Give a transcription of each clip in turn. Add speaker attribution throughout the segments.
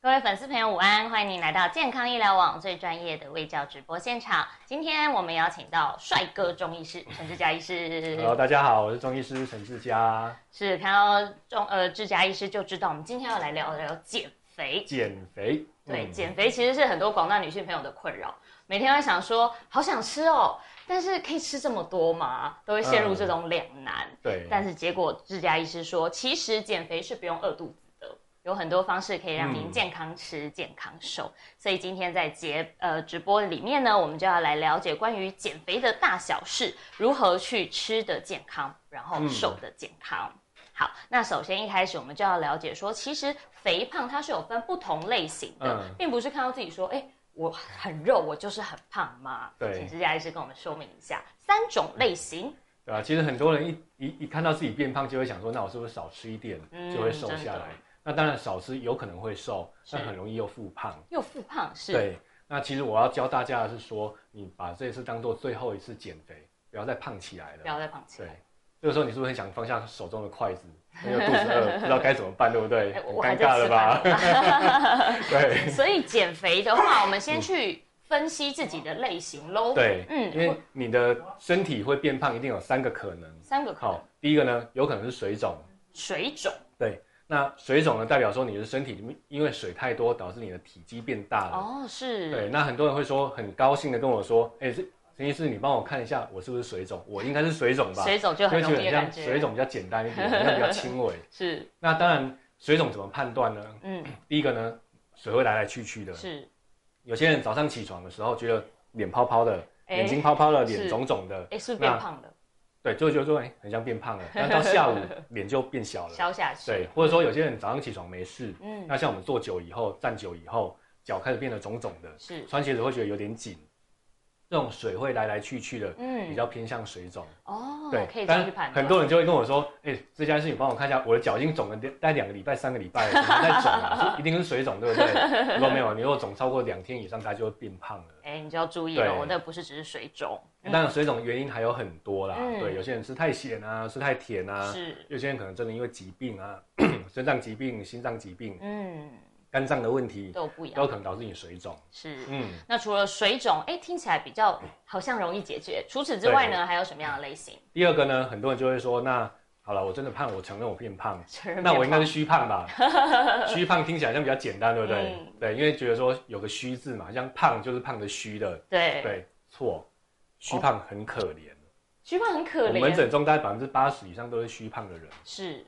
Speaker 1: 各位粉丝朋友，午安！欢迎您来到健康医疗网最专业的卫教直播现场。今天我们邀请到帅哥中医师陈志佳医师。
Speaker 2: Hello，大家好，我是中医师陈志佳。
Speaker 1: 是看到中呃志佳医师就知道，我们今天要来聊聊减肥。
Speaker 2: 减肥，
Speaker 1: 对，
Speaker 2: 嗯
Speaker 1: 减肥其实是很多广大女性朋友的困扰，每天会想说好想吃哦，但是可以吃这么多吗？都会陷
Speaker 2: 嗯
Speaker 1: 入这种两难。
Speaker 2: 对，
Speaker 1: 但是结果志佳医师说，其实减肥是不用饿肚子的，有很多方式可以让您
Speaker 2: 嗯
Speaker 1: 健康吃、健康瘦。所以今天在节呃直播里面呢，我们就要来了解关于减肥的大小事，如何去吃的健康，然后
Speaker 2: 嗯
Speaker 1: 瘦的健康。好，那首先一开始我们就要了解说，其实肥胖它是有分不同类型的，
Speaker 2: 嗯
Speaker 1: 并不是看到自己说，哎、我很肉，我就是很胖嘛。
Speaker 2: 对
Speaker 1: 请志佳医师跟我们说明一下三种类型。
Speaker 2: 对啊吧、其实很多人一一一看到自己变胖，就会想说，那我是不是少吃一点
Speaker 1: 嗯
Speaker 2: 就会瘦下
Speaker 1: 真
Speaker 2: 来？
Speaker 1: 的
Speaker 2: 那当然，少吃有可能会瘦，
Speaker 1: 是
Speaker 2: 但很容易又复胖。
Speaker 1: 又复胖是
Speaker 2: 对，那其实我要教大家的是说，你把这次当做最后一次减肥，不要再胖起来
Speaker 1: 不
Speaker 2: 了。
Speaker 1: 要再胖起
Speaker 2: 对
Speaker 1: 来。，
Speaker 2: 这个时候你是不是很想放下手中的筷子？因为肚子饿， 不知道该怎么办，对不对？
Speaker 1: 哎
Speaker 2: 很
Speaker 1: 我我还
Speaker 2: 尴
Speaker 1: 在
Speaker 2: 尬
Speaker 1: 吃
Speaker 2: 了吧？
Speaker 1: 饭
Speaker 2: 对。
Speaker 1: 所以减肥的话，我们先去分析自己的类型喽。，
Speaker 2: 嗯对，
Speaker 1: 嗯
Speaker 2: 因为你的身体会变胖，一定有三个可能。
Speaker 1: 三个可能
Speaker 2: 好，第一个呢，有可能是水肿。
Speaker 1: 水肿
Speaker 2: 对，那水肿呢，代表说你的身体里面因为水太多，导致你的体积变大了。
Speaker 1: 哦，是
Speaker 2: 对，那很多人会说，很高兴的跟我说，哎、这陈医师，你帮我看一下，我是不是水肿？我应该是水肿吧？
Speaker 1: 水肿就
Speaker 2: 因
Speaker 1: 很
Speaker 2: 为觉
Speaker 1: 容
Speaker 2: 得
Speaker 1: 易的
Speaker 2: 很
Speaker 1: 感
Speaker 2: 像
Speaker 1: 觉，
Speaker 2: 水肿比较简单一点，好像比较 轻微。
Speaker 1: 是
Speaker 2: 那当然，水肿怎么判断呢？
Speaker 1: 嗯
Speaker 2: 第一个呢，水会来来去去的。
Speaker 1: 是
Speaker 2: 有些人早上起床的时候觉得脸泡泡的，
Speaker 1: 哎
Speaker 2: 眼睛泡泡的，
Speaker 1: 是
Speaker 2: 脸肿肿的，
Speaker 1: 哎，是不是
Speaker 2: 那
Speaker 1: 变胖了，
Speaker 2: 对，就会觉得说，哎、很像变胖了，但 到下午脸就变小了。
Speaker 1: 消下去
Speaker 2: 对，或者说有些人早上起床没事，
Speaker 1: 嗯
Speaker 2: 那像我们坐久以后、站久以后，脚开始变得肿肿的，
Speaker 1: 是
Speaker 2: 穿鞋子会觉得有点紧，这种水会来来去去的，比
Speaker 1: 嗯
Speaker 2: 较偏向水肿。
Speaker 1: 哦，
Speaker 2: 对，
Speaker 1: 可以这
Speaker 2: 但
Speaker 1: 样去判断。
Speaker 2: 很多人就会跟我说，哎、这件事情帮我看一下，我的脚已经肿了大概两个礼拜、三个礼拜了，怎么在肿 了？一定是水肿，对不对？如果没有，你如果肿超过两天以上，它就会变胖了。
Speaker 1: 哎，你就要注意了，
Speaker 2: 对
Speaker 1: 我那不是只是水肿，嗯
Speaker 2: 当然，水肿原因还有很多啦，
Speaker 1: 嗯
Speaker 2: 对，有些人吃太咸啊，吃太甜啊，
Speaker 1: 是
Speaker 2: 有些人可能真的因为疾病啊， 肾脏疾病、心脏疾病、
Speaker 1: 嗯
Speaker 2: 肝脏的问题，
Speaker 1: 都不一样
Speaker 2: 都可能导致你水肿。
Speaker 1: 是。
Speaker 2: 嗯，
Speaker 1: 那除了水肿，哎，听起来比较好像容易解决。除此之外
Speaker 2: 对
Speaker 1: 呢，还有什么样的类型？
Speaker 2: 第二个呢，很多人就会说，那好了，我真的胖，我承认我变胖，
Speaker 1: 承认
Speaker 2: 那我
Speaker 1: 变
Speaker 2: 应该
Speaker 1: 胖
Speaker 2: 是虚胖吧？ 虚胖听起来好像比较简单，对不对？
Speaker 1: 嗯
Speaker 2: 对，因为觉得说有个虚字嘛，像胖就是胖的虚的，
Speaker 1: 对
Speaker 2: 对，错，虚胖很可怜。
Speaker 1: 虚胖很可
Speaker 2: 我们门
Speaker 1: 怜，
Speaker 2: 诊中大概百分之八十以上都是虚胖的人。
Speaker 1: 是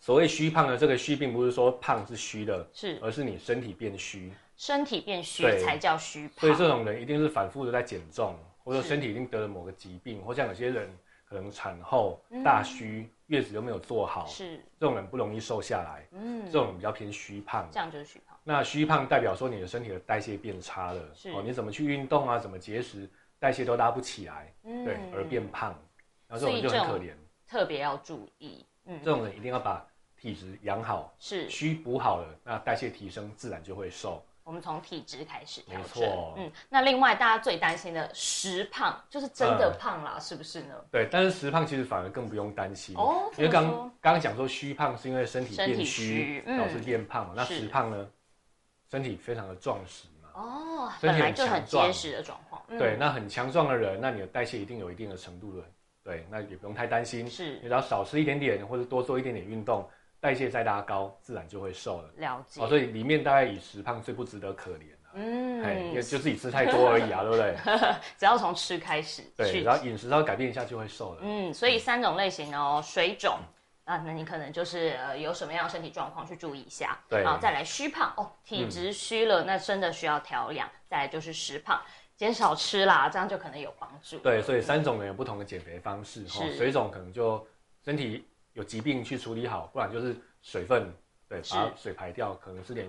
Speaker 2: 所谓虚胖呢，这个虚并不是说胖是虚的，
Speaker 1: 是，
Speaker 2: 而是你身体变虚。
Speaker 1: 身体变虚
Speaker 2: 呃对
Speaker 1: 才叫虚
Speaker 2: 所以
Speaker 1: 胖，
Speaker 2: 这种人一定是反复的在减重，或者
Speaker 1: 是
Speaker 2: 说身体已经得了某个疾病，或像有些人可能产后大虚、月子又没有做好，
Speaker 1: 嗯是
Speaker 2: 这种人不容易瘦下来，
Speaker 1: 嗯
Speaker 2: 这，种人比较偏虚胖。
Speaker 1: 这样就是虚胖，
Speaker 2: 那虚胖代表说你的身体的代谢变差了
Speaker 1: 是，
Speaker 2: 哦，你怎么去运动啊，怎么节食，代谢都拉不起来，
Speaker 1: 嗯
Speaker 2: 对，而变胖，然后这
Speaker 1: 所
Speaker 2: 种
Speaker 1: 以
Speaker 2: 人就很
Speaker 1: 这
Speaker 2: 可
Speaker 1: 种
Speaker 2: 怜。
Speaker 1: 特别要注意，嗯，
Speaker 2: 这种人一定要把体质养好，
Speaker 1: 是
Speaker 2: 虚补好了，那代谢提升，自然就会瘦。
Speaker 1: 我们从体质开始调
Speaker 2: 没
Speaker 1: 整
Speaker 2: 错，
Speaker 1: 嗯，那另外大家最担心的实胖，就是真
Speaker 2: 嗯
Speaker 1: 的胖啦，是不是呢？
Speaker 2: 对，但是实胖其实反而更不用担心
Speaker 1: 哦
Speaker 2: 嗯因
Speaker 1: 怎
Speaker 2: 为刚
Speaker 1: 么说
Speaker 2: 刚刚讲说虚胖是因为身体
Speaker 1: 身体
Speaker 2: 变
Speaker 1: 虚
Speaker 2: 虚，
Speaker 1: 嗯
Speaker 2: 导致变胖嘛。那
Speaker 1: 是
Speaker 2: 实胖呢，身体非常的壮实嘛。
Speaker 1: 哦，
Speaker 2: 身
Speaker 1: 本
Speaker 2: 体
Speaker 1: 来
Speaker 2: 很
Speaker 1: 就很
Speaker 2: 强壮
Speaker 1: 结实的状况，嗯
Speaker 2: 对，，那很强壮的人，那你的代谢一定有一定的程度的，对，那也不用太担心。
Speaker 1: 嗯是
Speaker 2: 你只要少吃一点点，或者多做一点点运动，代谢再拉高，自然就会瘦了。
Speaker 1: 了解
Speaker 2: 哦，，所以里面大概以实胖最不值得可怜啊，哎、因为
Speaker 1: 嗯，
Speaker 2: 就自己吃太多而已啊，对不 对？
Speaker 1: 只要从吃开始
Speaker 2: 对，
Speaker 1: 去
Speaker 2: 然后饮食稍微改变一下就会瘦了。
Speaker 1: 嗯，所以三种类型哦，水肿啊，那你可能就是呃有什么样的身体状况去注意一下，
Speaker 2: 对嗯
Speaker 1: 然后再来虚胖哦，体质虚了，那真的需要调养，再来就是实胖，减少吃啦，这样就可能有帮助。
Speaker 2: 对，所以三种人有不同的减肥方式哈、
Speaker 1: 是
Speaker 2: 水肿可能就身体有疾病去处理好，不然就是水分，对，
Speaker 1: 是
Speaker 2: 把水排掉，可能吃点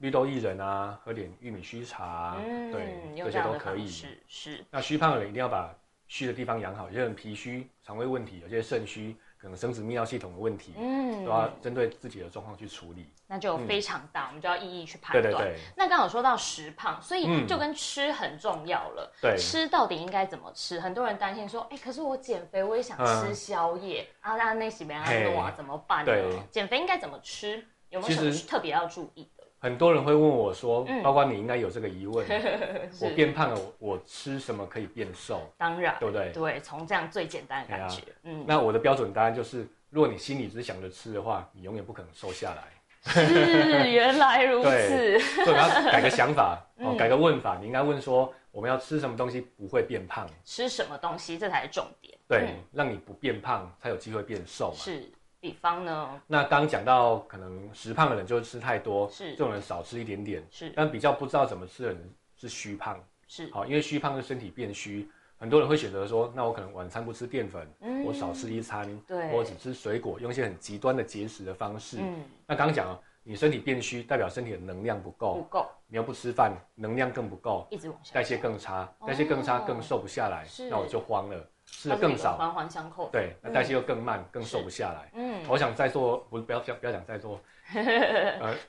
Speaker 2: 绿豆薏仁啊，喝点玉米须茶啊、对，
Speaker 1: 用嗯
Speaker 2: 这
Speaker 1: 这
Speaker 2: 些
Speaker 1: 样
Speaker 2: 都
Speaker 1: 的
Speaker 2: 可
Speaker 1: 方
Speaker 2: 以。
Speaker 1: 式是
Speaker 2: 那虚胖的人一定要把虚的地方养好，有些人脾虚、肠胃问题，有些肾虚，可能生殖泌尿系统的问题，都要
Speaker 1: 嗯，
Speaker 2: 针对啊自己的状况去处理。
Speaker 1: 那就非常大，我们就要一一去判
Speaker 2: 对
Speaker 1: 断。
Speaker 2: 对对
Speaker 1: 那刚好说到食胖，所以
Speaker 2: 嗯
Speaker 1: 就跟吃很重要了。
Speaker 2: 对，
Speaker 1: 吃到底应该怎么吃？很多人担心说，哎、可是我减肥，我也想吃宵夜、啊，那那喜没安诺啊，
Speaker 2: 嘿
Speaker 1: 怎么办呢
Speaker 2: 嗯对？
Speaker 1: 减肥应该怎么吃？有没有
Speaker 2: 其
Speaker 1: 什么
Speaker 2: 实
Speaker 1: 特别要注意的？
Speaker 2: 很多人会问我说
Speaker 1: 嗯，
Speaker 2: 包括你应该有这个疑问，我
Speaker 1: 是
Speaker 2: 变胖了，我我吃什么可以变瘦，
Speaker 1: 当然
Speaker 2: 对不啊对？
Speaker 1: 对，从这样最简单的感觉，嗯，
Speaker 2: 那我的标准答案就是，如果你心里只想着吃的话，你永远不可能瘦下来。
Speaker 1: 是原来如
Speaker 2: 对
Speaker 1: 此，
Speaker 2: 所以我要改个想法，哦，
Speaker 1: 嗯
Speaker 2: 改个问法，你应该问说，我们要吃什么东西不会变胖？
Speaker 1: 吃什么东西这才是重点，
Speaker 2: 对
Speaker 1: 嗯，
Speaker 2: 让你不变胖，才有机会变瘦嘛。
Speaker 1: 是，比方呢
Speaker 2: 那刚讲到，可能食胖的人就是吃太多，
Speaker 1: 是
Speaker 2: 这种人少吃一点点。
Speaker 1: 是
Speaker 2: 但比较不知道怎么吃的人是虚胖，
Speaker 1: 是，
Speaker 2: 好，因为虚胖是身体变虚，很多人会选择说，那我可能晚餐不吃淀粉，
Speaker 1: 嗯
Speaker 2: 我少吃一餐，
Speaker 1: 对
Speaker 2: 我只吃水果，用一些很极端的节食的方式。
Speaker 1: 嗯，
Speaker 2: 那刚刚讲了，你身体变虚，代表身体的能量不
Speaker 1: 不
Speaker 2: 够，
Speaker 1: 够，
Speaker 2: 你又不吃饭，能量更不够，
Speaker 1: 一直往下
Speaker 2: 哦代谢更差，代谢更差更瘦不下来
Speaker 1: 哦是，
Speaker 2: 那我就慌了，吃的
Speaker 1: 它是
Speaker 2: 更
Speaker 1: 一个
Speaker 2: 少，
Speaker 1: 环环相扣，，
Speaker 2: 对，那代谢又更慢，更瘦不下来。
Speaker 1: 嗯，
Speaker 2: 我想在座不不要不要不要讲在座，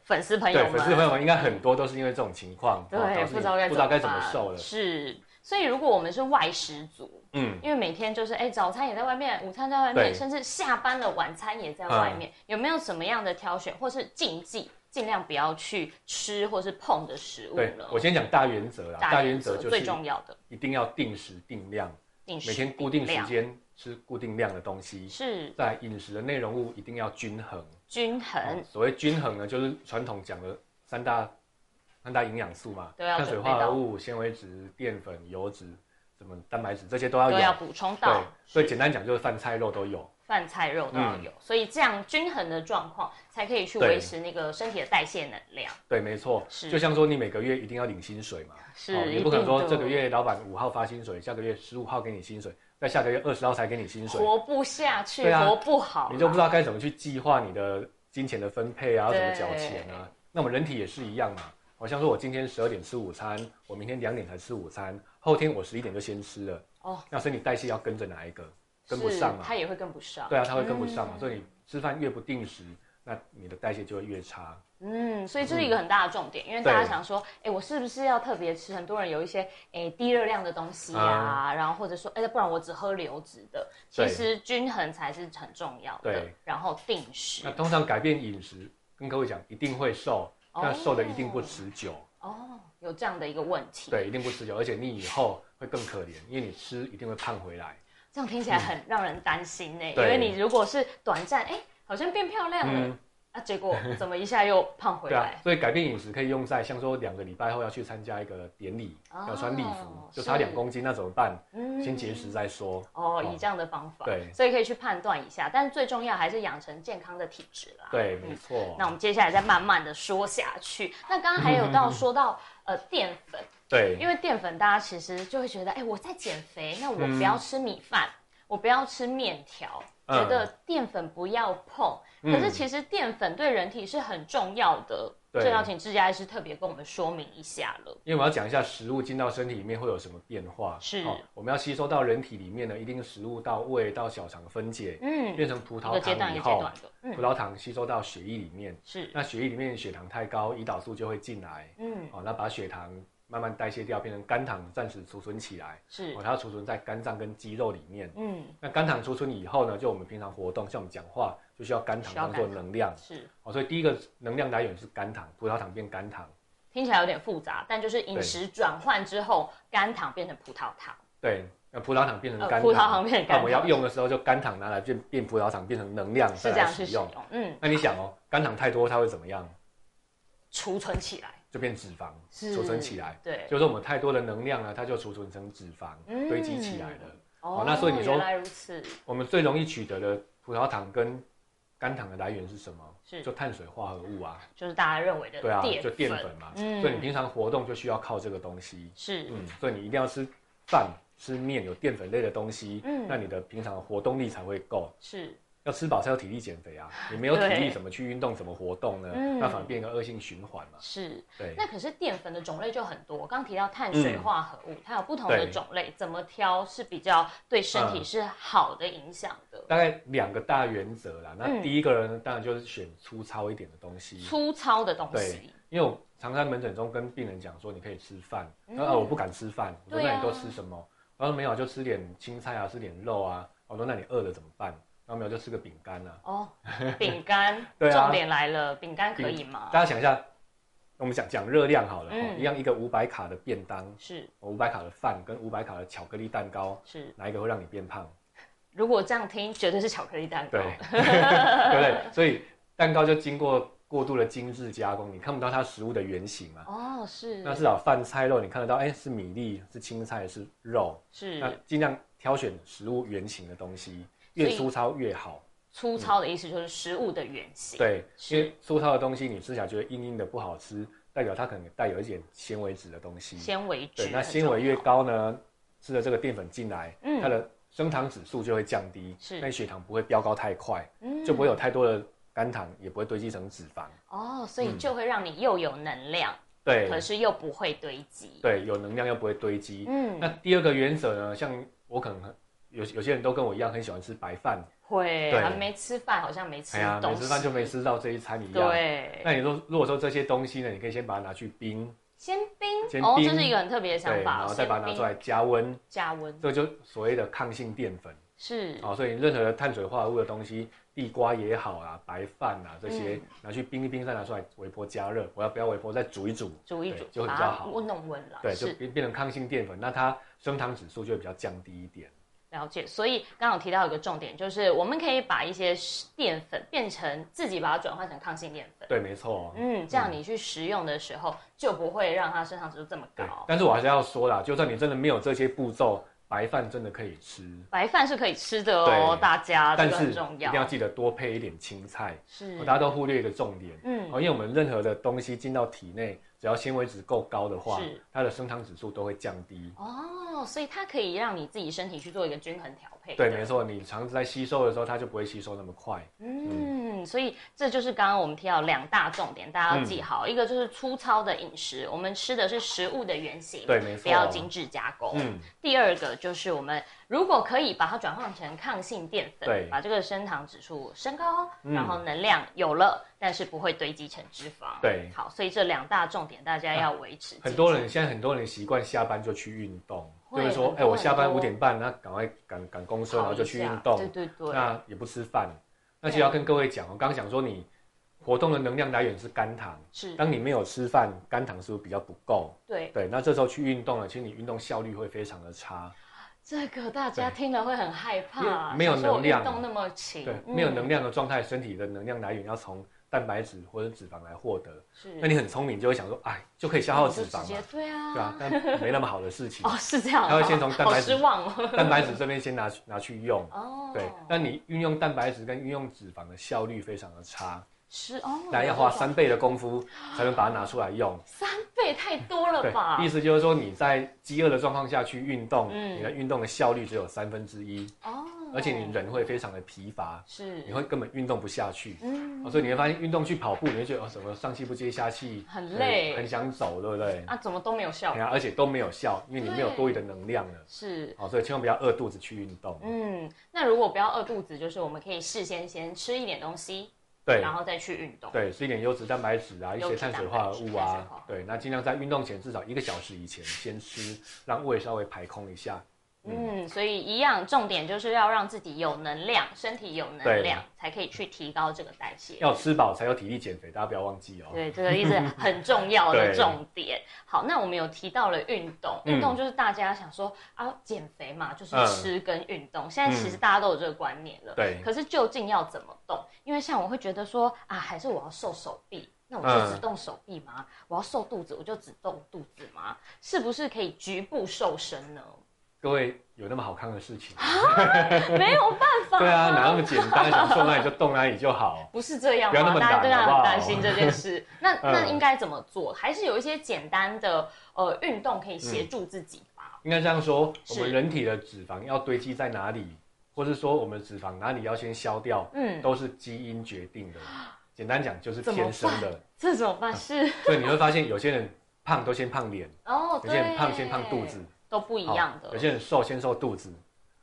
Speaker 1: 粉丝朋友
Speaker 2: 对
Speaker 1: 们，
Speaker 2: 粉丝朋友们应该很多都是因为这种情况，哦导
Speaker 1: 对，
Speaker 2: 致
Speaker 1: 不知道该
Speaker 2: 不知道该怎
Speaker 1: 么
Speaker 2: 么
Speaker 1: 办
Speaker 2: 瘦了，
Speaker 1: 是。所以，如果我们是外食族，
Speaker 2: 嗯，
Speaker 1: 因为每天就是哎、早餐也在外面，午餐在外面，
Speaker 2: 对嗯
Speaker 1: 甚至下班了晚餐也在外面，有没有什么样的挑选或是禁忌，尽量不要去吃或是碰的食物
Speaker 2: 对
Speaker 1: 呢？，
Speaker 2: 我先讲大原则啦，大原则就
Speaker 1: 最
Speaker 2: 是
Speaker 1: 重要的
Speaker 2: 一定要定时定量，
Speaker 1: 定时
Speaker 2: 每天固定时
Speaker 1: 量
Speaker 2: 间吃固定量的东西，
Speaker 1: 是
Speaker 2: 在饮食的内容物一定要均衡。
Speaker 1: 均衡
Speaker 2: 哦，所谓均衡呢，就是传统讲的三大三大营养素嘛，
Speaker 1: 都要
Speaker 2: 碳水
Speaker 1: 准备
Speaker 2: 化
Speaker 1: 到
Speaker 2: 合物、纤维质、淀粉、油脂，什么蛋白质这些都要
Speaker 1: 都
Speaker 2: 有。
Speaker 1: 要补充到
Speaker 2: 对，，所以简单讲就是饭菜肉都有。
Speaker 1: 饭菜肉都要有，所以这样均衡的状况才可以去
Speaker 2: 对
Speaker 1: 维持那个身体的代谢能量。
Speaker 2: 对，没错，
Speaker 1: 是
Speaker 2: 就像说你每个月一定要领薪水嘛，
Speaker 1: 是
Speaker 2: 哦你不可能
Speaker 1: 一
Speaker 2: 说
Speaker 1: 定的
Speaker 2: 这个月老板五号发薪水，下个月十五号给你薪水，再下个月二十号才给你薪水，
Speaker 1: 活不下去，
Speaker 2: 对啊
Speaker 1: 活不好啦，
Speaker 2: 你就不知道该怎么去计划你的金钱的分配啊，要怎么缴钱啊。那我们人体也是一样嘛，好像说我今天十二点吃午餐，我明天两点才吃午餐，后天我十一点就先吃了，
Speaker 1: 哦，
Speaker 2: 那身体代谢要跟着哪一个？跟不上
Speaker 1: 是，
Speaker 2: 嘛
Speaker 1: 嗯它也会跟不上。
Speaker 2: 对啊，它会跟不上嘛，所以你吃饭越不定时，那你的代谢就会越差。
Speaker 1: 嗯，所以这是一个很大的重点，因为大家
Speaker 2: 对
Speaker 1: 想说，哎、我是不是要特别吃？很多人有一些哎、低热量的东西啊，
Speaker 2: 啊
Speaker 1: 然后或者说，哎、不然我只喝流质的。其
Speaker 2: 对
Speaker 1: 实均衡才是很重要的
Speaker 2: 对，
Speaker 1: 然后定时
Speaker 2: 那通常改变饮食，跟各位讲，一定会瘦，那
Speaker 1: 哦
Speaker 2: 瘦的一定不持久，
Speaker 1: 哦，有这样的一个问题。
Speaker 2: 对，一定不持久，而且你以后会更可怜，因为你吃一定会胖回来。
Speaker 1: 这样听起来很让人担心呢、因
Speaker 2: 嗯对
Speaker 1: 为你如果是短暂，哎、好像变漂亮了，
Speaker 2: 嗯
Speaker 1: 啊，结果怎么一下又胖回
Speaker 2: 对啊
Speaker 1: 来，？
Speaker 2: 所以改变饮食可以用在像说两个礼拜后要去参加一个典礼，
Speaker 1: 哦
Speaker 2: 要穿礼服，就是差两公斤，那怎么办？
Speaker 1: 嗯
Speaker 2: 先节食再说。
Speaker 1: 哦，以这样的方法，
Speaker 2: 对
Speaker 1: 所以可以去判断一下，但最重要还是养成健康的体质啦。
Speaker 2: 对，没错
Speaker 1: 嗯那。我们接下来再慢慢的说下 去。那刚刚还有到说到、呃淀粉，
Speaker 2: 对，
Speaker 1: 因为淀粉大家其实就会觉得，哎、我在减肥，那我不要吃米饭，我不要吃面条，
Speaker 2: 嗯
Speaker 1: 觉得淀粉不要碰。
Speaker 2: 嗯
Speaker 1: 可是其实淀粉对人体是很重要的，
Speaker 2: 对
Speaker 1: 这要请治家医师特别跟我们说明一下了。
Speaker 2: 因为我要讲一下食物进到身体里面会有什么变化。哦
Speaker 1: 是
Speaker 2: 我们要吸收到人体里面呢，一定食物到胃到小肠分解，
Speaker 1: 嗯，
Speaker 2: 变成葡
Speaker 1: 一
Speaker 2: 萄
Speaker 1: 个阶段
Speaker 2: 糖
Speaker 1: 一
Speaker 2: 以
Speaker 1: 个阶
Speaker 2: 后，
Speaker 1: 段的，嗯，
Speaker 2: 葡萄糖吸收到血液里面，
Speaker 1: 是，
Speaker 2: 那血液里面血糖太高，胰岛素就会进来，
Speaker 1: 嗯，
Speaker 2: 哦，那把血糖慢慢代谢掉，变成肝糖，暂时储存起来，
Speaker 1: 是
Speaker 2: 哦，，它要储存在肝脏跟肌肉里面。
Speaker 1: 嗯，
Speaker 2: 那肝糖储存以后呢，就我们平常活动，像我们讲话，就需要肝糖
Speaker 1: 需要
Speaker 2: 当做
Speaker 1: 肝糖
Speaker 2: 能量
Speaker 1: 是。
Speaker 2: 哦，所以第一个能量来源是肝糖，葡萄糖变肝糖，
Speaker 1: 听起来有点复杂，但就是饮食转换之后，肝糖变成葡萄糖，
Speaker 2: 对，那葡萄糖变成
Speaker 1: 呃，
Speaker 2: 肝糖，
Speaker 1: 葡萄糖变成
Speaker 2: 那
Speaker 1: 肝
Speaker 2: 我们
Speaker 1: 糖，
Speaker 2: 要用的时候，就肝糖拿来变变葡萄糖，变成能量
Speaker 1: 是
Speaker 2: 再
Speaker 1: 这
Speaker 2: 来
Speaker 1: 样去
Speaker 2: 使
Speaker 1: 使
Speaker 2: 用
Speaker 1: 用。，嗯，
Speaker 2: 那你想哦，肝糖太多，它会怎么样？
Speaker 1: 储存起来，
Speaker 2: 就变脂肪，
Speaker 1: 是
Speaker 2: 储存起来。
Speaker 1: 对，
Speaker 2: 就是我们太多的能量呢，它就储存成脂肪，
Speaker 1: 嗯
Speaker 2: 堆积起来了。哦那所以你说
Speaker 1: 原来如此，
Speaker 2: 我们最容易取得的葡萄糖跟肝糖的来源是什么？
Speaker 1: 是
Speaker 2: 就碳水化合物啊，
Speaker 1: 就是大家认为的
Speaker 2: 对啊，
Speaker 1: 淀
Speaker 2: 就淀粉嘛。
Speaker 1: 嗯
Speaker 2: 所以你平常活动就需要靠这个东西。
Speaker 1: 是
Speaker 2: 嗯，所以你一定要吃饭、吃面，有淀粉类的东西，
Speaker 1: 嗯
Speaker 2: 那你的平常的活动力才会够。
Speaker 1: 是
Speaker 2: 要吃饱才有体力减肥啊，你没有体
Speaker 1: 对
Speaker 2: 力怎么去运动、怎么活动呢？
Speaker 1: 嗯
Speaker 2: 那反而变一个恶性循环嘛。
Speaker 1: 是。
Speaker 2: 对，嗯
Speaker 1: 那可是淀粉的种类就很多，刚提到碳水化合物，它有不同的
Speaker 2: 对
Speaker 1: 种类，怎么挑是比较对身体
Speaker 2: 嗯
Speaker 1: 是好的影响的？
Speaker 2: 大概两个大原则啦。
Speaker 1: 嗯
Speaker 2: 那第一个呢，当然就是选粗糙一点的东西，
Speaker 1: 粗糙的东西
Speaker 2: 对，因为我常在门诊中跟病人讲说，你可以吃饭，
Speaker 1: 嗯
Speaker 2: 他说啊我不敢吃饭，我说
Speaker 1: 对啊
Speaker 2: 那你都吃什么？他说没有，就吃点青菜啊，吃点肉啊。我说那你饿了怎么办？然后没有就吃个饼干啊。
Speaker 1: 哦，饼干，
Speaker 2: 对啊
Speaker 1: 重点来了，饼干可以吗？
Speaker 2: 大家想一下，那我们讲讲热量好了，哦
Speaker 1: 嗯
Speaker 2: 一样一个五百卡的便当，
Speaker 1: 是
Speaker 2: 五百卡的饭跟五百卡的巧克力蛋糕，
Speaker 1: 是，
Speaker 2: 哪一个会让你变胖？
Speaker 1: 如果这样听，绝对是巧克力蛋糕
Speaker 2: 对，， 对不对？所以蛋糕就经过过度的精致加工，你看不到它食物的原型嘛。
Speaker 1: 哦，是，
Speaker 2: 那至少饭菜肉你看得到，哎，是米粒，是青菜，是肉，那
Speaker 1: 是
Speaker 2: 尽量挑选食物原型的东西，越
Speaker 1: 所以
Speaker 2: 粗糙越好。
Speaker 1: 粗糙的意思就是食物的原型，
Speaker 2: 嗯对，因
Speaker 1: 是
Speaker 2: 为粗糙的东西你吃起来觉得硬硬的不好吃，代表它可能带有一点纤维质的东西。
Speaker 1: 纤维质
Speaker 2: 对，
Speaker 1: 很重
Speaker 2: 那
Speaker 1: 要，
Speaker 2: 纤维越高呢，吃了这个淀粉进来，
Speaker 1: 嗯
Speaker 2: 它的升糖指数就会降低，
Speaker 1: 是
Speaker 2: 那血糖不会飙高太快，
Speaker 1: 嗯
Speaker 2: 就不会有太多的肝糖，也不会堆积成脂肪。
Speaker 1: 哦，所以就会让你又有能量，
Speaker 2: 嗯对
Speaker 1: 可，是又不会堆积，
Speaker 2: 对，有能量又不会堆积。那
Speaker 1: 嗯，
Speaker 2: 第二个原则呢，像我可能很有有些人都跟我一样很喜欢吃白饭，
Speaker 1: 会，
Speaker 2: 对
Speaker 1: 还没吃饭好像没吃
Speaker 2: 哎呀，
Speaker 1: 东
Speaker 2: 没
Speaker 1: 西，
Speaker 2: 吃饭就没吃到这一餐一样。
Speaker 1: 对，
Speaker 2: 那你说，如果说这些东西呢，你可以先把它拿去冰，
Speaker 1: 先冰
Speaker 2: 先
Speaker 1: 哦，
Speaker 2: 冰
Speaker 1: 这是一个很特别的想
Speaker 2: 对，
Speaker 1: 法，
Speaker 2: 然后再把它拿出
Speaker 1: 先
Speaker 2: 来加温，
Speaker 1: 冰加温，
Speaker 2: 这就所谓的抗性淀粉。
Speaker 1: 是
Speaker 2: 哦，所以任何的碳水化合物的东西，地瓜也好啊，白饭啊这些，
Speaker 1: 嗯
Speaker 2: 拿去冰一冰，再拿出来微波加热，我要不要微波再煮一煮？
Speaker 1: 煮一煮
Speaker 2: 对就会
Speaker 1: 把
Speaker 2: 比较
Speaker 1: 它
Speaker 2: 好
Speaker 1: 温弄温了，
Speaker 2: 对，就是变变成抗性淀粉，那它升糖指数就会比较降低一点。
Speaker 1: 了解。所以刚刚有提到一个重点，就是我们可以把一些淀粉变成自己把它转换成抗性淀粉，
Speaker 2: 对，没错。哦
Speaker 1: 嗯，这样你去食用的时候就不会让它升糖指数这么
Speaker 2: 对
Speaker 1: 高，。
Speaker 2: 但是我还是要说啦，就算你真的没有这些步骤，白饭真的可以吃，
Speaker 1: 白饭是可以吃的哦，
Speaker 2: 对
Speaker 1: 大家这
Speaker 2: 但
Speaker 1: 个
Speaker 2: 是
Speaker 1: 很
Speaker 2: 一
Speaker 1: 重
Speaker 2: 定
Speaker 1: 要，
Speaker 2: 要记得多配一点青菜。
Speaker 1: 是
Speaker 2: 哦大家都忽略一个重点，
Speaker 1: 嗯
Speaker 2: 哦，因为我们任何的东西进到体内，只要纤维值够高的话
Speaker 1: 是，
Speaker 2: 它的升糖指数都会降低。
Speaker 1: 哦，所以它可以让你自己身体去做一个均衡调配，
Speaker 2: 对，没错，你肠子在吸收的时候，它就不会吸收那么快。
Speaker 1: 嗯，所以这就是刚刚我们提到两大重点，大家要
Speaker 2: 嗯
Speaker 1: 记好。一个就是粗糙的饮食，我们吃的是食物的原型，
Speaker 2: 对没错
Speaker 1: 不要精致加工。
Speaker 2: 嗯
Speaker 1: 第二个就是我们如果可以把它转换成抗性淀粉，
Speaker 2: 对
Speaker 1: 把这个升糖指数升高，
Speaker 2: 嗯
Speaker 1: 然后能量有了，但是不会堆积成脂肪。
Speaker 2: 对啊
Speaker 1: 好，所以这两大重点大家要维持、
Speaker 2: 很多人现在很多人习惯下班就去运动，就
Speaker 1: 会
Speaker 2: 会说
Speaker 1: 很，多
Speaker 2: 哎，我下班
Speaker 1: 很
Speaker 2: 五
Speaker 1: 多
Speaker 2: 点半，那赶快赶赶公车，然后就去运动
Speaker 1: 对，对对，
Speaker 2: 那也不吃饭。那就要跟各位讲，我刚刚讲说，你活动的能量来源是肝糖，
Speaker 1: 是，
Speaker 2: 当你没有吃饭，肝糖是不是比较不够？
Speaker 1: 对
Speaker 2: 对，那这时候去运动了，其实你运动效率会非常的差，
Speaker 1: 这个大家听了会很害
Speaker 2: 因
Speaker 1: 怕，
Speaker 2: 为没有
Speaker 1: 想说我
Speaker 2: 能量
Speaker 1: 运动那么勤，
Speaker 2: 对，
Speaker 1: 嗯
Speaker 2: 没有能量的状态，身体的能量来源要从蛋白质或者脂肪来获得。
Speaker 1: 是，
Speaker 2: 那你很聪明，就会想说，哎，就可以消耗
Speaker 1: 我就
Speaker 2: 脂肪
Speaker 1: 直接
Speaker 2: 嘛，
Speaker 1: 对啊，
Speaker 2: 对啊， 但没那么好的事情。
Speaker 1: 哦，是这样，
Speaker 2: 它会先从蛋白质
Speaker 1: 好失望哦。
Speaker 2: 蛋白质这边先拿去拿去用，
Speaker 1: 哦，
Speaker 2: 对，但你运用蛋白质跟运用脂肪的效率非常的差，
Speaker 1: 是哦，
Speaker 2: 那要花三倍的功夫才能把它拿出来 用。
Speaker 1: 三倍太多了
Speaker 2: 对
Speaker 1: 吧，
Speaker 2: 意？思就是说你在饥饿的状况下去运动，
Speaker 1: 嗯
Speaker 2: 你的运动的效率只有三分之一，
Speaker 1: 哦，
Speaker 2: 而且你人会非常的疲乏，
Speaker 1: 是
Speaker 2: 你会根本运动不下去。
Speaker 1: 嗯
Speaker 2: 哦所以你会发现，运动去跑步，你会觉得哦，什么上气不接下气，
Speaker 1: 很
Speaker 2: 对
Speaker 1: 累
Speaker 2: 很想走，对不对？
Speaker 1: 啊，怎么都没有效
Speaker 2: 对，啊，而且都没有效，因为你没有
Speaker 1: 对
Speaker 2: 多余的能量了。
Speaker 1: 是。
Speaker 2: 哦，所以千万不要饿肚子去运动。
Speaker 1: 嗯，那如果不要饿肚子，就是我们可以事先先吃一点东西，
Speaker 2: 对，
Speaker 1: 然后再去运动。
Speaker 2: 对，吃一点优质蛋白质啊，一
Speaker 1: 优
Speaker 2: 些
Speaker 1: 质蛋
Speaker 2: 碳
Speaker 1: 白质
Speaker 2: 水化合物
Speaker 1: 碳水化合
Speaker 2: 啊
Speaker 1: 物，
Speaker 2: 对，那尽量在运动前至少一个小时以前先吃，让胃稍微排空一下。
Speaker 1: 嗯，所以一样，重点就是要让自己有能量，身体有能
Speaker 2: 对
Speaker 1: 量，才可以去提高这个代谢。
Speaker 2: 要吃饱才有体力减肥，大家不要忘记哦。
Speaker 1: 对，这个一直很重要的
Speaker 2: 对
Speaker 1: 重点。好，那我们有提到了运动，
Speaker 2: 嗯
Speaker 1: 运动就是大家想说啊，减肥嘛，就是
Speaker 2: 嗯
Speaker 1: 吃跟运动。现在其实大家都有这个观念了，
Speaker 2: 对
Speaker 1: 可是究竟要怎么动？因为像我会觉得说啊，还是我要瘦手臂，那我
Speaker 2: 嗯
Speaker 1: 就只动手臂吗？我要瘦肚子，我就只动肚子吗？是不是可以局部瘦身 呢？
Speaker 2: 各位有那么好看 的事情？
Speaker 1: 没有办法，
Speaker 2: 对啊，哪那么简单？想瘦哪里就动哪里就好。
Speaker 1: 不是这样
Speaker 2: 不要那
Speaker 1: 吗？
Speaker 2: 么
Speaker 1: 大家
Speaker 2: 懒
Speaker 1: 对他
Speaker 2: 好不
Speaker 1: 很
Speaker 2: 好
Speaker 1: 担心这件 事。那那
Speaker 2: 嗯
Speaker 1: 应该怎么做？还是有一些简单的呃运动可以协助自己吧？
Speaker 2: 应该这样说，
Speaker 1: 是
Speaker 2: 我们人体的脂肪要堆积在哪里，或是说我们脂肪哪里要先消掉，
Speaker 1: 嗯，
Speaker 2: 都是基因决定的。简单讲就是
Speaker 1: 怎么
Speaker 2: 天生
Speaker 1: 办
Speaker 2: 的，
Speaker 1: 这怎么办？是
Speaker 2: 所以你会发现有些人胖都先胖脸，
Speaker 1: 哦，
Speaker 2: 嗯有些人
Speaker 1: 对
Speaker 2: 胖先胖肚子。
Speaker 1: 都不一
Speaker 2: 好
Speaker 1: 样的
Speaker 2: 有。些人瘦先瘦肚子，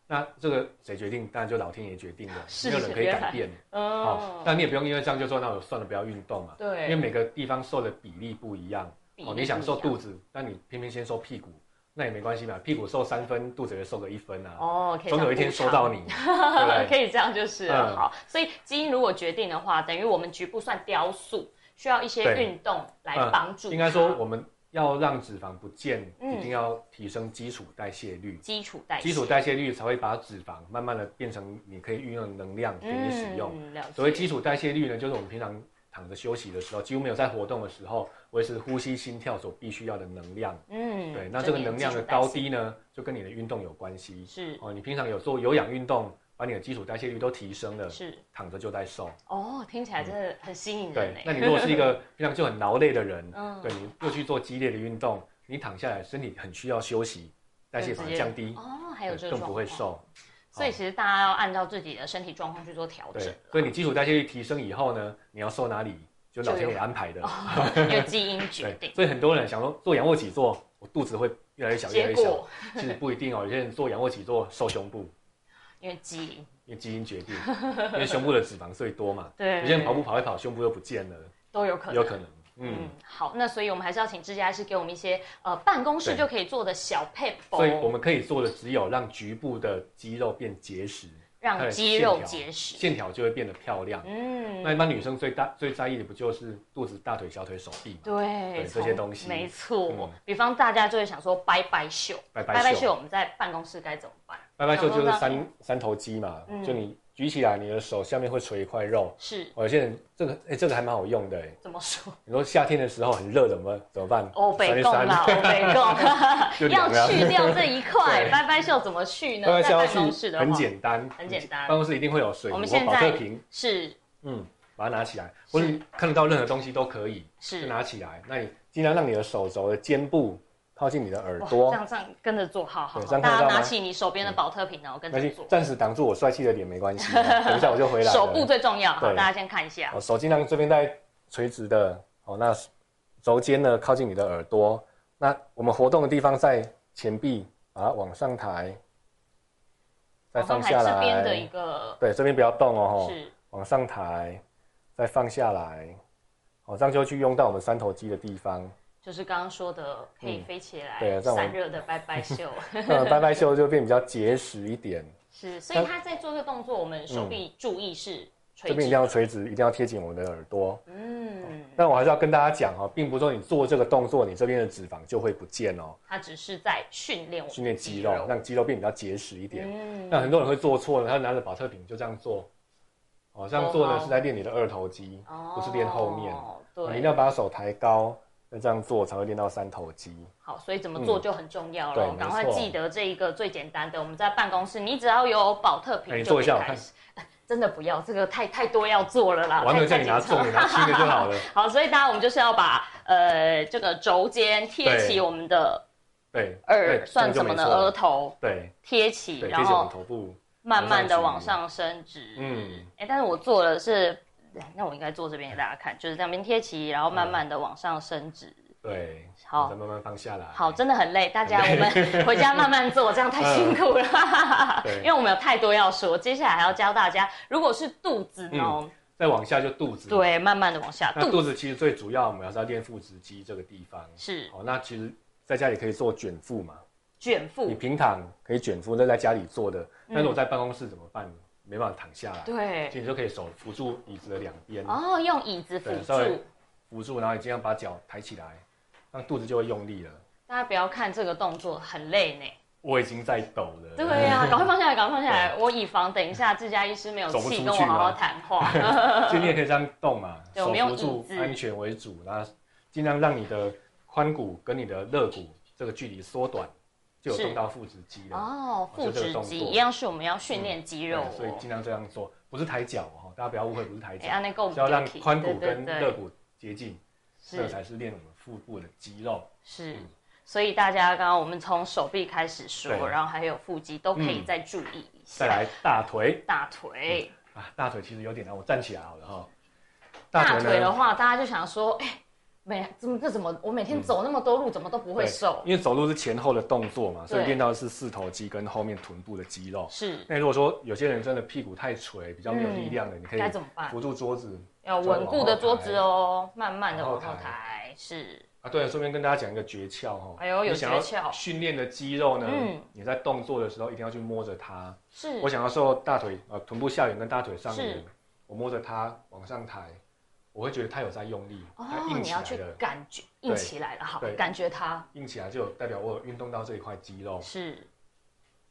Speaker 2: 那这个谁决定？当然就老天爷决定了，
Speaker 1: 是
Speaker 2: 没有人可以改变。哦，
Speaker 1: 嗯，
Speaker 2: 但你也不用因为这样就说，那我算了，不要运动嘛。
Speaker 1: 对
Speaker 2: 因为每个地方瘦的比例不一样。
Speaker 1: 比
Speaker 2: 哦，
Speaker 1: 例
Speaker 2: 你想
Speaker 1: 不一
Speaker 2: 瘦肚
Speaker 1: 样
Speaker 2: 子，那你偏偏先瘦屁股，那也没关系嘛，屁股瘦三分，肚子也瘦个一分啊，
Speaker 1: 哦，可以
Speaker 2: 总有一天
Speaker 1: 这
Speaker 2: 瘦
Speaker 1: 样
Speaker 2: 到
Speaker 1: 补
Speaker 2: 你，
Speaker 1: 偿，
Speaker 2: 对不
Speaker 1: 哦可
Speaker 2: 对？
Speaker 1: 以这样就是了
Speaker 2: 嗯
Speaker 1: 好。所以基因如果决定的话，等于我们局部算雕塑。需要一些
Speaker 2: 对
Speaker 1: 运动来
Speaker 2: 嗯
Speaker 1: 帮助它、
Speaker 2: 应该说我们要让脂肪不见，
Speaker 1: 嗯
Speaker 2: 一定要提升基础代谢率。
Speaker 1: 基础代谢
Speaker 2: 基础代谢率才会把脂肪慢慢的变成你可以运用的能量给你使用。
Speaker 1: 嗯、了解
Speaker 2: 所谓基础代谢率呢，就是我们平常躺着休息的时候，几乎没有在活动的时候，维持呼吸、心跳所必须要的能量。
Speaker 1: 嗯，
Speaker 2: 对，那这个
Speaker 1: 年
Speaker 2: 能量
Speaker 1: 基
Speaker 2: 的
Speaker 1: 础代谢
Speaker 2: 高低呢，就跟你的运动有关系。
Speaker 1: 是
Speaker 2: 哦，你平常有做有氧运动，把你的基础代谢率都提升了，
Speaker 1: 是
Speaker 2: 躺着就在瘦。
Speaker 1: 哦，听起来真的很吸引人
Speaker 2: 对
Speaker 1: 哎，。
Speaker 2: 那你如果是一个平常就很劳累的人，
Speaker 1: 嗯
Speaker 2: 对你又去做激烈的运动，你躺下来，身体很需要休息，代谢
Speaker 1: 就
Speaker 2: 反
Speaker 1: 直
Speaker 2: 而
Speaker 1: 接
Speaker 2: 降低，
Speaker 1: 哦，还有
Speaker 2: 对
Speaker 1: 这个
Speaker 2: 更
Speaker 1: 状况
Speaker 2: 不会。瘦。
Speaker 1: 所以其实大家要按照自己的身体状况去做调整
Speaker 2: 对，所以你基础代谢率提升以后呢，你要瘦哪里，就老天
Speaker 1: 就有
Speaker 2: 给安排的。
Speaker 1: 啦，由基 因决
Speaker 2: 对，
Speaker 1: 定。
Speaker 2: 所以很多人想说做仰卧起坐，我肚子会越来越小，越来
Speaker 1: 结
Speaker 2: 越小。
Speaker 1: 果
Speaker 2: 其实不一定哦，有些人做仰卧起坐瘦胸部，
Speaker 1: 因为基因，
Speaker 2: 因为基因决定，因为胸部的脂肪最多嘛。
Speaker 1: 对
Speaker 2: 有些人跑步跑一跑，胸部又不见了，
Speaker 1: 都有可能。
Speaker 2: 有可
Speaker 1: 嗯
Speaker 2: 能。嗯，，
Speaker 1: 好，那所以我们还是要请治家师给我们一些呃办公室
Speaker 2: 对
Speaker 1: 就可以做的小配包
Speaker 2: 所以，我们可以做的只有让局部的肌肉变结实，
Speaker 1: 让
Speaker 2: 对
Speaker 1: 肌肉
Speaker 2: 线条
Speaker 1: 结实。
Speaker 2: 线条就会变得漂亮。那
Speaker 1: 嗯，
Speaker 2: 一般女生最大最在意的不就是肚子、大腿、小腿、手臂吗？
Speaker 1: 对
Speaker 2: 对，这些
Speaker 1: 从
Speaker 2: 东西
Speaker 1: 没错。
Speaker 2: 嗯
Speaker 1: 比方大家就会想说拜拜袖，
Speaker 2: 拜
Speaker 1: 拜
Speaker 2: 拜
Speaker 1: 拜
Speaker 2: 袖
Speaker 1: 袖，我们在办公室该怎么办？
Speaker 2: 拜拜袖就是
Speaker 1: 想说
Speaker 2: 三三头肌嘛，
Speaker 1: 嗯
Speaker 2: 就你举起来，你的手下面会垂一块肉。
Speaker 1: 是
Speaker 2: 哦有些人这个哎、这个还蛮好用的哎。
Speaker 1: 怎么说？
Speaker 2: 你说夏天的时候很热，怎么怎么办？
Speaker 1: 欧哦北
Speaker 2: 扇
Speaker 1: 贡
Speaker 2: 一扇
Speaker 1: 啦，欧北贡，
Speaker 2: 就凉
Speaker 1: 要
Speaker 2: 了
Speaker 1: 去掉这一块，
Speaker 2: 对
Speaker 1: 拜拜袖怎么去呢？
Speaker 2: 拜拜
Speaker 1: 在
Speaker 2: 袖
Speaker 1: 办
Speaker 2: 要
Speaker 1: 公
Speaker 2: 去
Speaker 1: 室的话，
Speaker 2: 很简单，
Speaker 1: 很简单
Speaker 2: 办公室一定会有水壶
Speaker 1: 我们
Speaker 2: 或
Speaker 1: 现
Speaker 2: 保特
Speaker 1: 在
Speaker 2: 瓶，
Speaker 1: 是
Speaker 2: 嗯，把它拿起来，或者你看得到任何东西都可以，就是拿起来。那你尽量让你的手肘的肩部靠近你的耳
Speaker 1: 哇，哦这
Speaker 2: 朵，
Speaker 1: 样这样跟着做，好好，
Speaker 2: 对
Speaker 1: 好
Speaker 2: 这样看
Speaker 1: 大
Speaker 2: 得
Speaker 1: 家
Speaker 2: 到吗
Speaker 1: 拿起你手边的保特瓶，然后跟
Speaker 2: 没关
Speaker 1: 着
Speaker 2: 系
Speaker 1: 做，，
Speaker 2: 暂时挡住我帅气的脸没 关系，等一下我就回来了。
Speaker 1: 手部最重要，好，
Speaker 2: 对
Speaker 1: 大家先看一下，
Speaker 2: 哦，手尽量这边在垂直的哦，那肘尖呢靠近你的耳朵，那我们活动的地方在前臂，把它往上抬，再
Speaker 1: 往上
Speaker 2: 放
Speaker 1: 台
Speaker 2: 下
Speaker 1: 哦这边的一
Speaker 2: 来，
Speaker 1: 个
Speaker 2: 对，这边不要动哦，吼
Speaker 1: 是
Speaker 2: 往上抬，再放下来，哦，这样就会去用到我们三头肌的地方。
Speaker 1: 就是刚刚说的可以飞起来
Speaker 2: 嗯对啊这样我
Speaker 1: 散热的拜拜 袖，
Speaker 2: 那嗯拜拜袖就变比较结实一点，
Speaker 1: 是，所以他在做这个动作，我们手
Speaker 2: 嗯
Speaker 1: 臂注意是垂
Speaker 2: 这边
Speaker 1: 直
Speaker 2: 一定，要垂直，一定要贴紧我们的耳朵。
Speaker 1: 嗯，
Speaker 2: 但我还是要跟大家讲哦，并不是说你做这个动作，你这边的脂肪就会不见哦。
Speaker 1: 他只是在训练我们
Speaker 2: 训练肌
Speaker 1: 肌
Speaker 2: 肉，，让肌肉变比较结实一点。
Speaker 1: 嗯
Speaker 2: 那很多人会做错了，他拿着保特瓶就这样做，哦，这样做呢
Speaker 1: 哦
Speaker 2: 是在练你的二头肌，不是练后面。
Speaker 1: 哦
Speaker 2: 你一
Speaker 1: 对
Speaker 2: 定，要把手抬高，那这样做才会练到三头肌。
Speaker 1: 好，所以怎么做就很重要了，
Speaker 2: 嗯对
Speaker 1: 赶快
Speaker 2: 没错
Speaker 1: 记得这一个最简单的。我们在办公室，你只要有保特
Speaker 2: 哎
Speaker 1: 瓶
Speaker 2: 你
Speaker 1: 就
Speaker 2: 做
Speaker 1: 可
Speaker 2: 一
Speaker 1: 以
Speaker 2: 下我
Speaker 1: 开始。 真的不要，这个太太多要做了啦，
Speaker 2: 我还没有
Speaker 1: 太
Speaker 2: 叫你拿重，你拿轻的就好了。
Speaker 1: 好，所以大家我们就是要把呃这个肘尖贴
Speaker 2: 对
Speaker 1: 起我们的
Speaker 2: 对，
Speaker 1: 耳，
Speaker 2: 对
Speaker 1: 算什么呢？哦额。头
Speaker 2: 这样就没错了
Speaker 1: 贴起，
Speaker 2: 对对，
Speaker 1: 然
Speaker 2: 贴紧我
Speaker 1: 后
Speaker 2: 们头部。
Speaker 1: 慢慢的往
Speaker 2: 往上
Speaker 1: 上升直。
Speaker 2: 嗯，
Speaker 1: 哎、但是我做的是，那我应该做这边给大家看，就是这样边贴起，然后
Speaker 2: 嗯
Speaker 1: 慢慢的往上升直。
Speaker 2: 对，
Speaker 1: 好
Speaker 2: 再慢慢放下来。
Speaker 1: 好，，真的很累，大 家我们回家慢慢做，这样太辛苦
Speaker 2: 嗯
Speaker 1: 了，
Speaker 2: 对
Speaker 1: 因为我们有太多要说，接下来还要教大家，如果是肚子呢，
Speaker 2: 嗯再往下就肚子。，
Speaker 1: 对，慢慢的往下，
Speaker 2: 那
Speaker 1: 肚
Speaker 2: 肚子其实最主要我们要是要练腹直肌这个地方。
Speaker 1: 是
Speaker 2: 好，那其实在家里可以做卷腹嘛。
Speaker 1: 卷
Speaker 2: 你
Speaker 1: 腹，
Speaker 2: 平躺可以卷腹，那在家里做的，但是我在办公室怎么办？没办法躺下来，
Speaker 1: 嗯对
Speaker 2: 所，以你就可以手扶住椅子的两边，
Speaker 1: 哦，用椅子辅
Speaker 2: 对稍微
Speaker 1: 助，
Speaker 2: 扶住，然后你尽量把脚抬起来，那肚子就会用力了。
Speaker 1: 大家不要看这个动作很累呢，
Speaker 2: 我已经在抖了，
Speaker 1: 对呀、 赶快放下来，赶快放下来，我以防等一下治家医师没有
Speaker 2: 走不
Speaker 1: 气
Speaker 2: 出
Speaker 1: 跟我
Speaker 2: 去
Speaker 1: 好好
Speaker 2: 吗
Speaker 1: 谈话，
Speaker 2: 所以你也可以这样动嘛，
Speaker 1: 对我
Speaker 2: 手
Speaker 1: 们用
Speaker 2: 扶住
Speaker 1: 椅，子
Speaker 2: 安全为主，然后尽量让你的髋骨跟你的肋骨这个距离缩短，就有
Speaker 1: 是
Speaker 2: 动到腹直肌了。
Speaker 1: 哦，
Speaker 2: 就
Speaker 1: 腹
Speaker 2: 这个
Speaker 1: 直
Speaker 2: 动
Speaker 1: 肌
Speaker 2: 作
Speaker 1: 一样是我们要训练肌肉、哦
Speaker 2: 对所以尽量这样做，不是抬脚哦，大家不要误会，不是抬
Speaker 1: 哎，
Speaker 2: 脚，
Speaker 1: 安内够
Speaker 2: 是要让髋骨跟肋骨接近，这个
Speaker 1: 是
Speaker 2: 才是练我们腹部的肌肉。
Speaker 1: 是
Speaker 2: 嗯，
Speaker 1: 所以大家刚刚我们从手臂开始说，
Speaker 2: 对嗯
Speaker 1: 然后还有腹肌都可以再注意一下。
Speaker 2: 再来大腿
Speaker 1: 大腿，
Speaker 2: 啊，大腿其实有点难，我站起来好了哈。
Speaker 1: 大
Speaker 2: 呢
Speaker 1: 腿的话，大家就想说，哎，每怎么这怎么我每天走那么多路，怎么都不会瘦？
Speaker 2: 因为走路是前后的动作嘛，所以
Speaker 1: 对
Speaker 2: 练到的是四头肌跟后面臀部的肌肉。
Speaker 1: 是
Speaker 2: 那如果说有些人真的屁股太垂，比较没有力量的，你可以
Speaker 1: 该怎么办？
Speaker 2: 扶住桌子
Speaker 1: 要稳固的桌子哦，慢慢的往后
Speaker 2: 往后
Speaker 1: 抬。是，
Speaker 2: 啊。对了，顺便跟大家讲一个诀窍哈。
Speaker 1: 哎呦有
Speaker 2: 你想要
Speaker 1: 诀窍
Speaker 2: 训练的肌肉呢，
Speaker 1: 嗯
Speaker 2: 你在动作的时候一定要去摸着它。
Speaker 1: 是
Speaker 2: 我，想要瘦大腿呃臀部下缘跟大腿上
Speaker 1: 是
Speaker 2: 缘，我摸着它往上抬，我会觉得它有在用力，它
Speaker 1: 哦，
Speaker 2: 硬
Speaker 1: 你
Speaker 2: 起
Speaker 1: 要
Speaker 2: 来
Speaker 1: 去
Speaker 2: 了，
Speaker 1: 感觉硬起来了，好
Speaker 2: 对，
Speaker 1: 感觉它
Speaker 2: 硬起来就代表我有运动到这一块肌肉，
Speaker 1: 是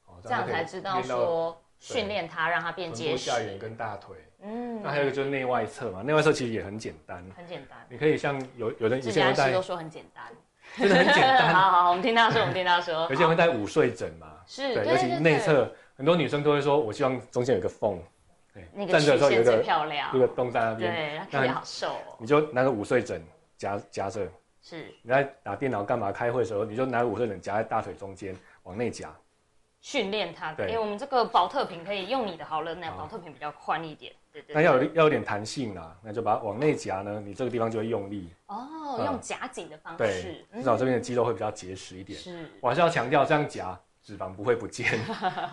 Speaker 2: 哦，
Speaker 1: 这样
Speaker 2: 就可以
Speaker 1: 才知道
Speaker 2: 练到
Speaker 1: 说
Speaker 2: 对
Speaker 1: 训练它，让它变
Speaker 2: 臀
Speaker 1: 结
Speaker 2: 部下缘
Speaker 1: 实。
Speaker 2: 跟大腿。
Speaker 1: 嗯
Speaker 2: 那，还有一个就是内外侧嘛，内外侧其实也很简单，
Speaker 1: 很简单，
Speaker 2: 你可以像有有人有
Speaker 1: 治
Speaker 2: 些
Speaker 1: 疗
Speaker 2: 人会
Speaker 1: 师
Speaker 2: 带
Speaker 1: 都，说很简单。
Speaker 2: 真的很简 单，
Speaker 1: 好好，我们听他说，我们听他 说。
Speaker 2: 有些人会带午睡枕嘛，
Speaker 1: 是，
Speaker 2: 对，
Speaker 1: 对
Speaker 2: 尤其
Speaker 1: 对
Speaker 2: 内
Speaker 1: 对
Speaker 2: 侧，很多女生都会说，我希望中间有一个缝，对
Speaker 1: 那个
Speaker 2: 站着的
Speaker 1: 曲
Speaker 2: 时候有
Speaker 1: 线
Speaker 2: 一
Speaker 1: 最
Speaker 2: 个
Speaker 1: 漂亮
Speaker 2: 有一，个洞在那边，
Speaker 1: 对，他看起来好瘦哦。
Speaker 2: 你就拿个午睡枕夹夹着，
Speaker 1: 是
Speaker 2: 你在打电脑干嘛开会的时候，你就拿个午睡枕夹在大腿中间往内夹，
Speaker 1: 训练它，
Speaker 2: 对
Speaker 1: 因为我们这个保特瓶可以用你的好了，那
Speaker 2: 好
Speaker 1: 保特瓶比较宽一点，对对
Speaker 2: 那
Speaker 1: 对。
Speaker 2: 要有要有点弹性啦，那就把它往内夹呢，你这个地方就会用力，
Speaker 1: 哦，
Speaker 2: 嗯
Speaker 1: 用夹紧的方
Speaker 2: 对
Speaker 1: 式，，
Speaker 2: 至
Speaker 1: 嗯
Speaker 2: 少这边的肌肉会比较结实一点。
Speaker 1: 是
Speaker 2: 我还是要强调，这样夹脂肪不会不 见，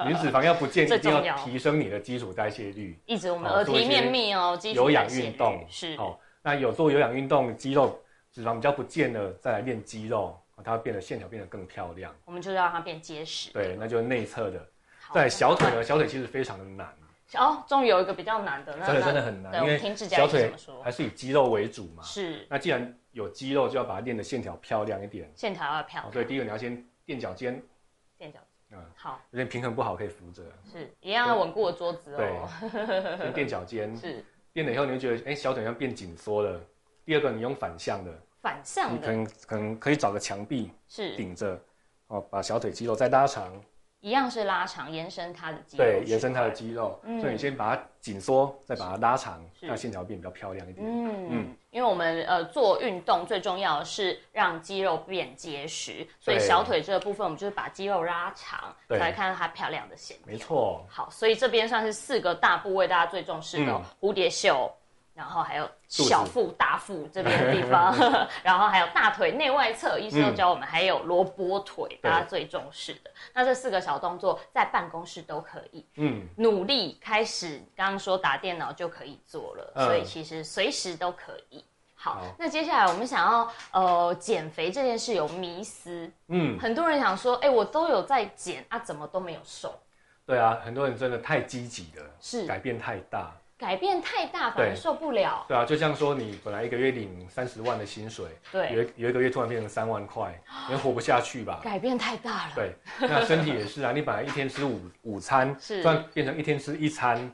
Speaker 2: 你脂肪要不见，
Speaker 1: 这
Speaker 2: 一定
Speaker 1: 重
Speaker 2: 要
Speaker 1: 要
Speaker 2: 提升你的基础代谢率。
Speaker 1: 一直我们
Speaker 2: 哦
Speaker 1: 耳
Speaker 2: 做一
Speaker 1: 提
Speaker 2: 些
Speaker 1: 面命哦，基础
Speaker 2: 有氧
Speaker 1: 代谢
Speaker 2: 运动
Speaker 1: 率是
Speaker 2: 哦，那有做有氧运动，肌肉脂肪比较不见了，再来练肌肉，哦它会变得线条变得更漂亮。
Speaker 1: 我们就让它变结实。
Speaker 2: 对，那就是内侧的。
Speaker 1: 好，
Speaker 2: 再来小腿呢？小腿其实非常的难，
Speaker 1: 哦，终于有一个比较难的，那
Speaker 2: 小腿
Speaker 1: 那
Speaker 2: 真的很
Speaker 1: 对，
Speaker 2: 难，
Speaker 1: 我
Speaker 2: 因
Speaker 1: 们
Speaker 2: 为
Speaker 1: 听指甲
Speaker 2: 小
Speaker 1: 医师怎
Speaker 2: 腿
Speaker 1: 么说？
Speaker 2: 还是以肌肉为主嘛。
Speaker 1: 是
Speaker 2: 那既然有肌肉，就要把它练的线条漂亮一点。
Speaker 1: 线条要漂
Speaker 2: 哦
Speaker 1: 亮，
Speaker 2: 所以第一个你要先垫脚尖，
Speaker 1: 垫脚
Speaker 2: 嗯，
Speaker 1: 好
Speaker 2: 有点平衡不好可以扶着，
Speaker 1: 是一样要稳固的桌子哦，
Speaker 2: 对，先垫脚尖，
Speaker 1: 是
Speaker 2: 垫了以后你会觉得，哎、小腿要变紧缩了。第二个你用反向的，
Speaker 1: 反向
Speaker 2: 你可
Speaker 1: 的，
Speaker 2: 能可能可以找个墙壁，
Speaker 1: 是
Speaker 2: 顶着，哦，把小腿肌肉再拉长，
Speaker 1: 一样是拉长延伸它的肌肉，
Speaker 2: 对，延伸它的，肌肉，
Speaker 1: 嗯
Speaker 2: 所以你先把它紧缩，再把它拉长，
Speaker 1: 是
Speaker 2: 让线条变比较漂亮一点。
Speaker 1: 嗯，因为我们呃做运动最重要的是让肌肉变结实，所以
Speaker 2: 对
Speaker 1: 小腿这个部分我们就是把肌肉拉长，
Speaker 2: 对
Speaker 1: 才看到它漂亮的线。
Speaker 2: 没错，
Speaker 1: 好，所以这边算是四个大部位大家最重视的、
Speaker 2: 嗯
Speaker 1: 蝴蝶袖，然后还有
Speaker 2: 肚子
Speaker 1: 小腹、大腹这边的地 方，然后还有大腿内外侧，医生都
Speaker 2: 嗯
Speaker 1: 教我们，还有萝卜腿，大家最重视的。那这四个小动作在办公室都可以，
Speaker 2: 嗯，
Speaker 1: 努力开始，刚刚说打电脑就可以做了，
Speaker 2: 嗯
Speaker 1: 所以其实随时都可以。好，
Speaker 2: 好
Speaker 1: 那接下来我们想要呃减肥这件事有迷思，
Speaker 2: 嗯，
Speaker 1: 很多人想说，哎、我都有在减啊，怎么都没有瘦？
Speaker 2: 对啊，很多人真的太积极了，
Speaker 1: 是
Speaker 2: 改变太大，
Speaker 1: 改变太大反而
Speaker 2: 对
Speaker 1: 受不了。
Speaker 2: 对啊，就像说你本来一个月领三十万的薪水，有
Speaker 1: 对，啊
Speaker 2: 一有一个月突然变成三万块，你活不下去吧？
Speaker 1: 改变太大了。
Speaker 2: 对，那身体也是啊，你 本来一天吃午午餐，
Speaker 1: 是啊
Speaker 2: 突然变成一天吃一餐，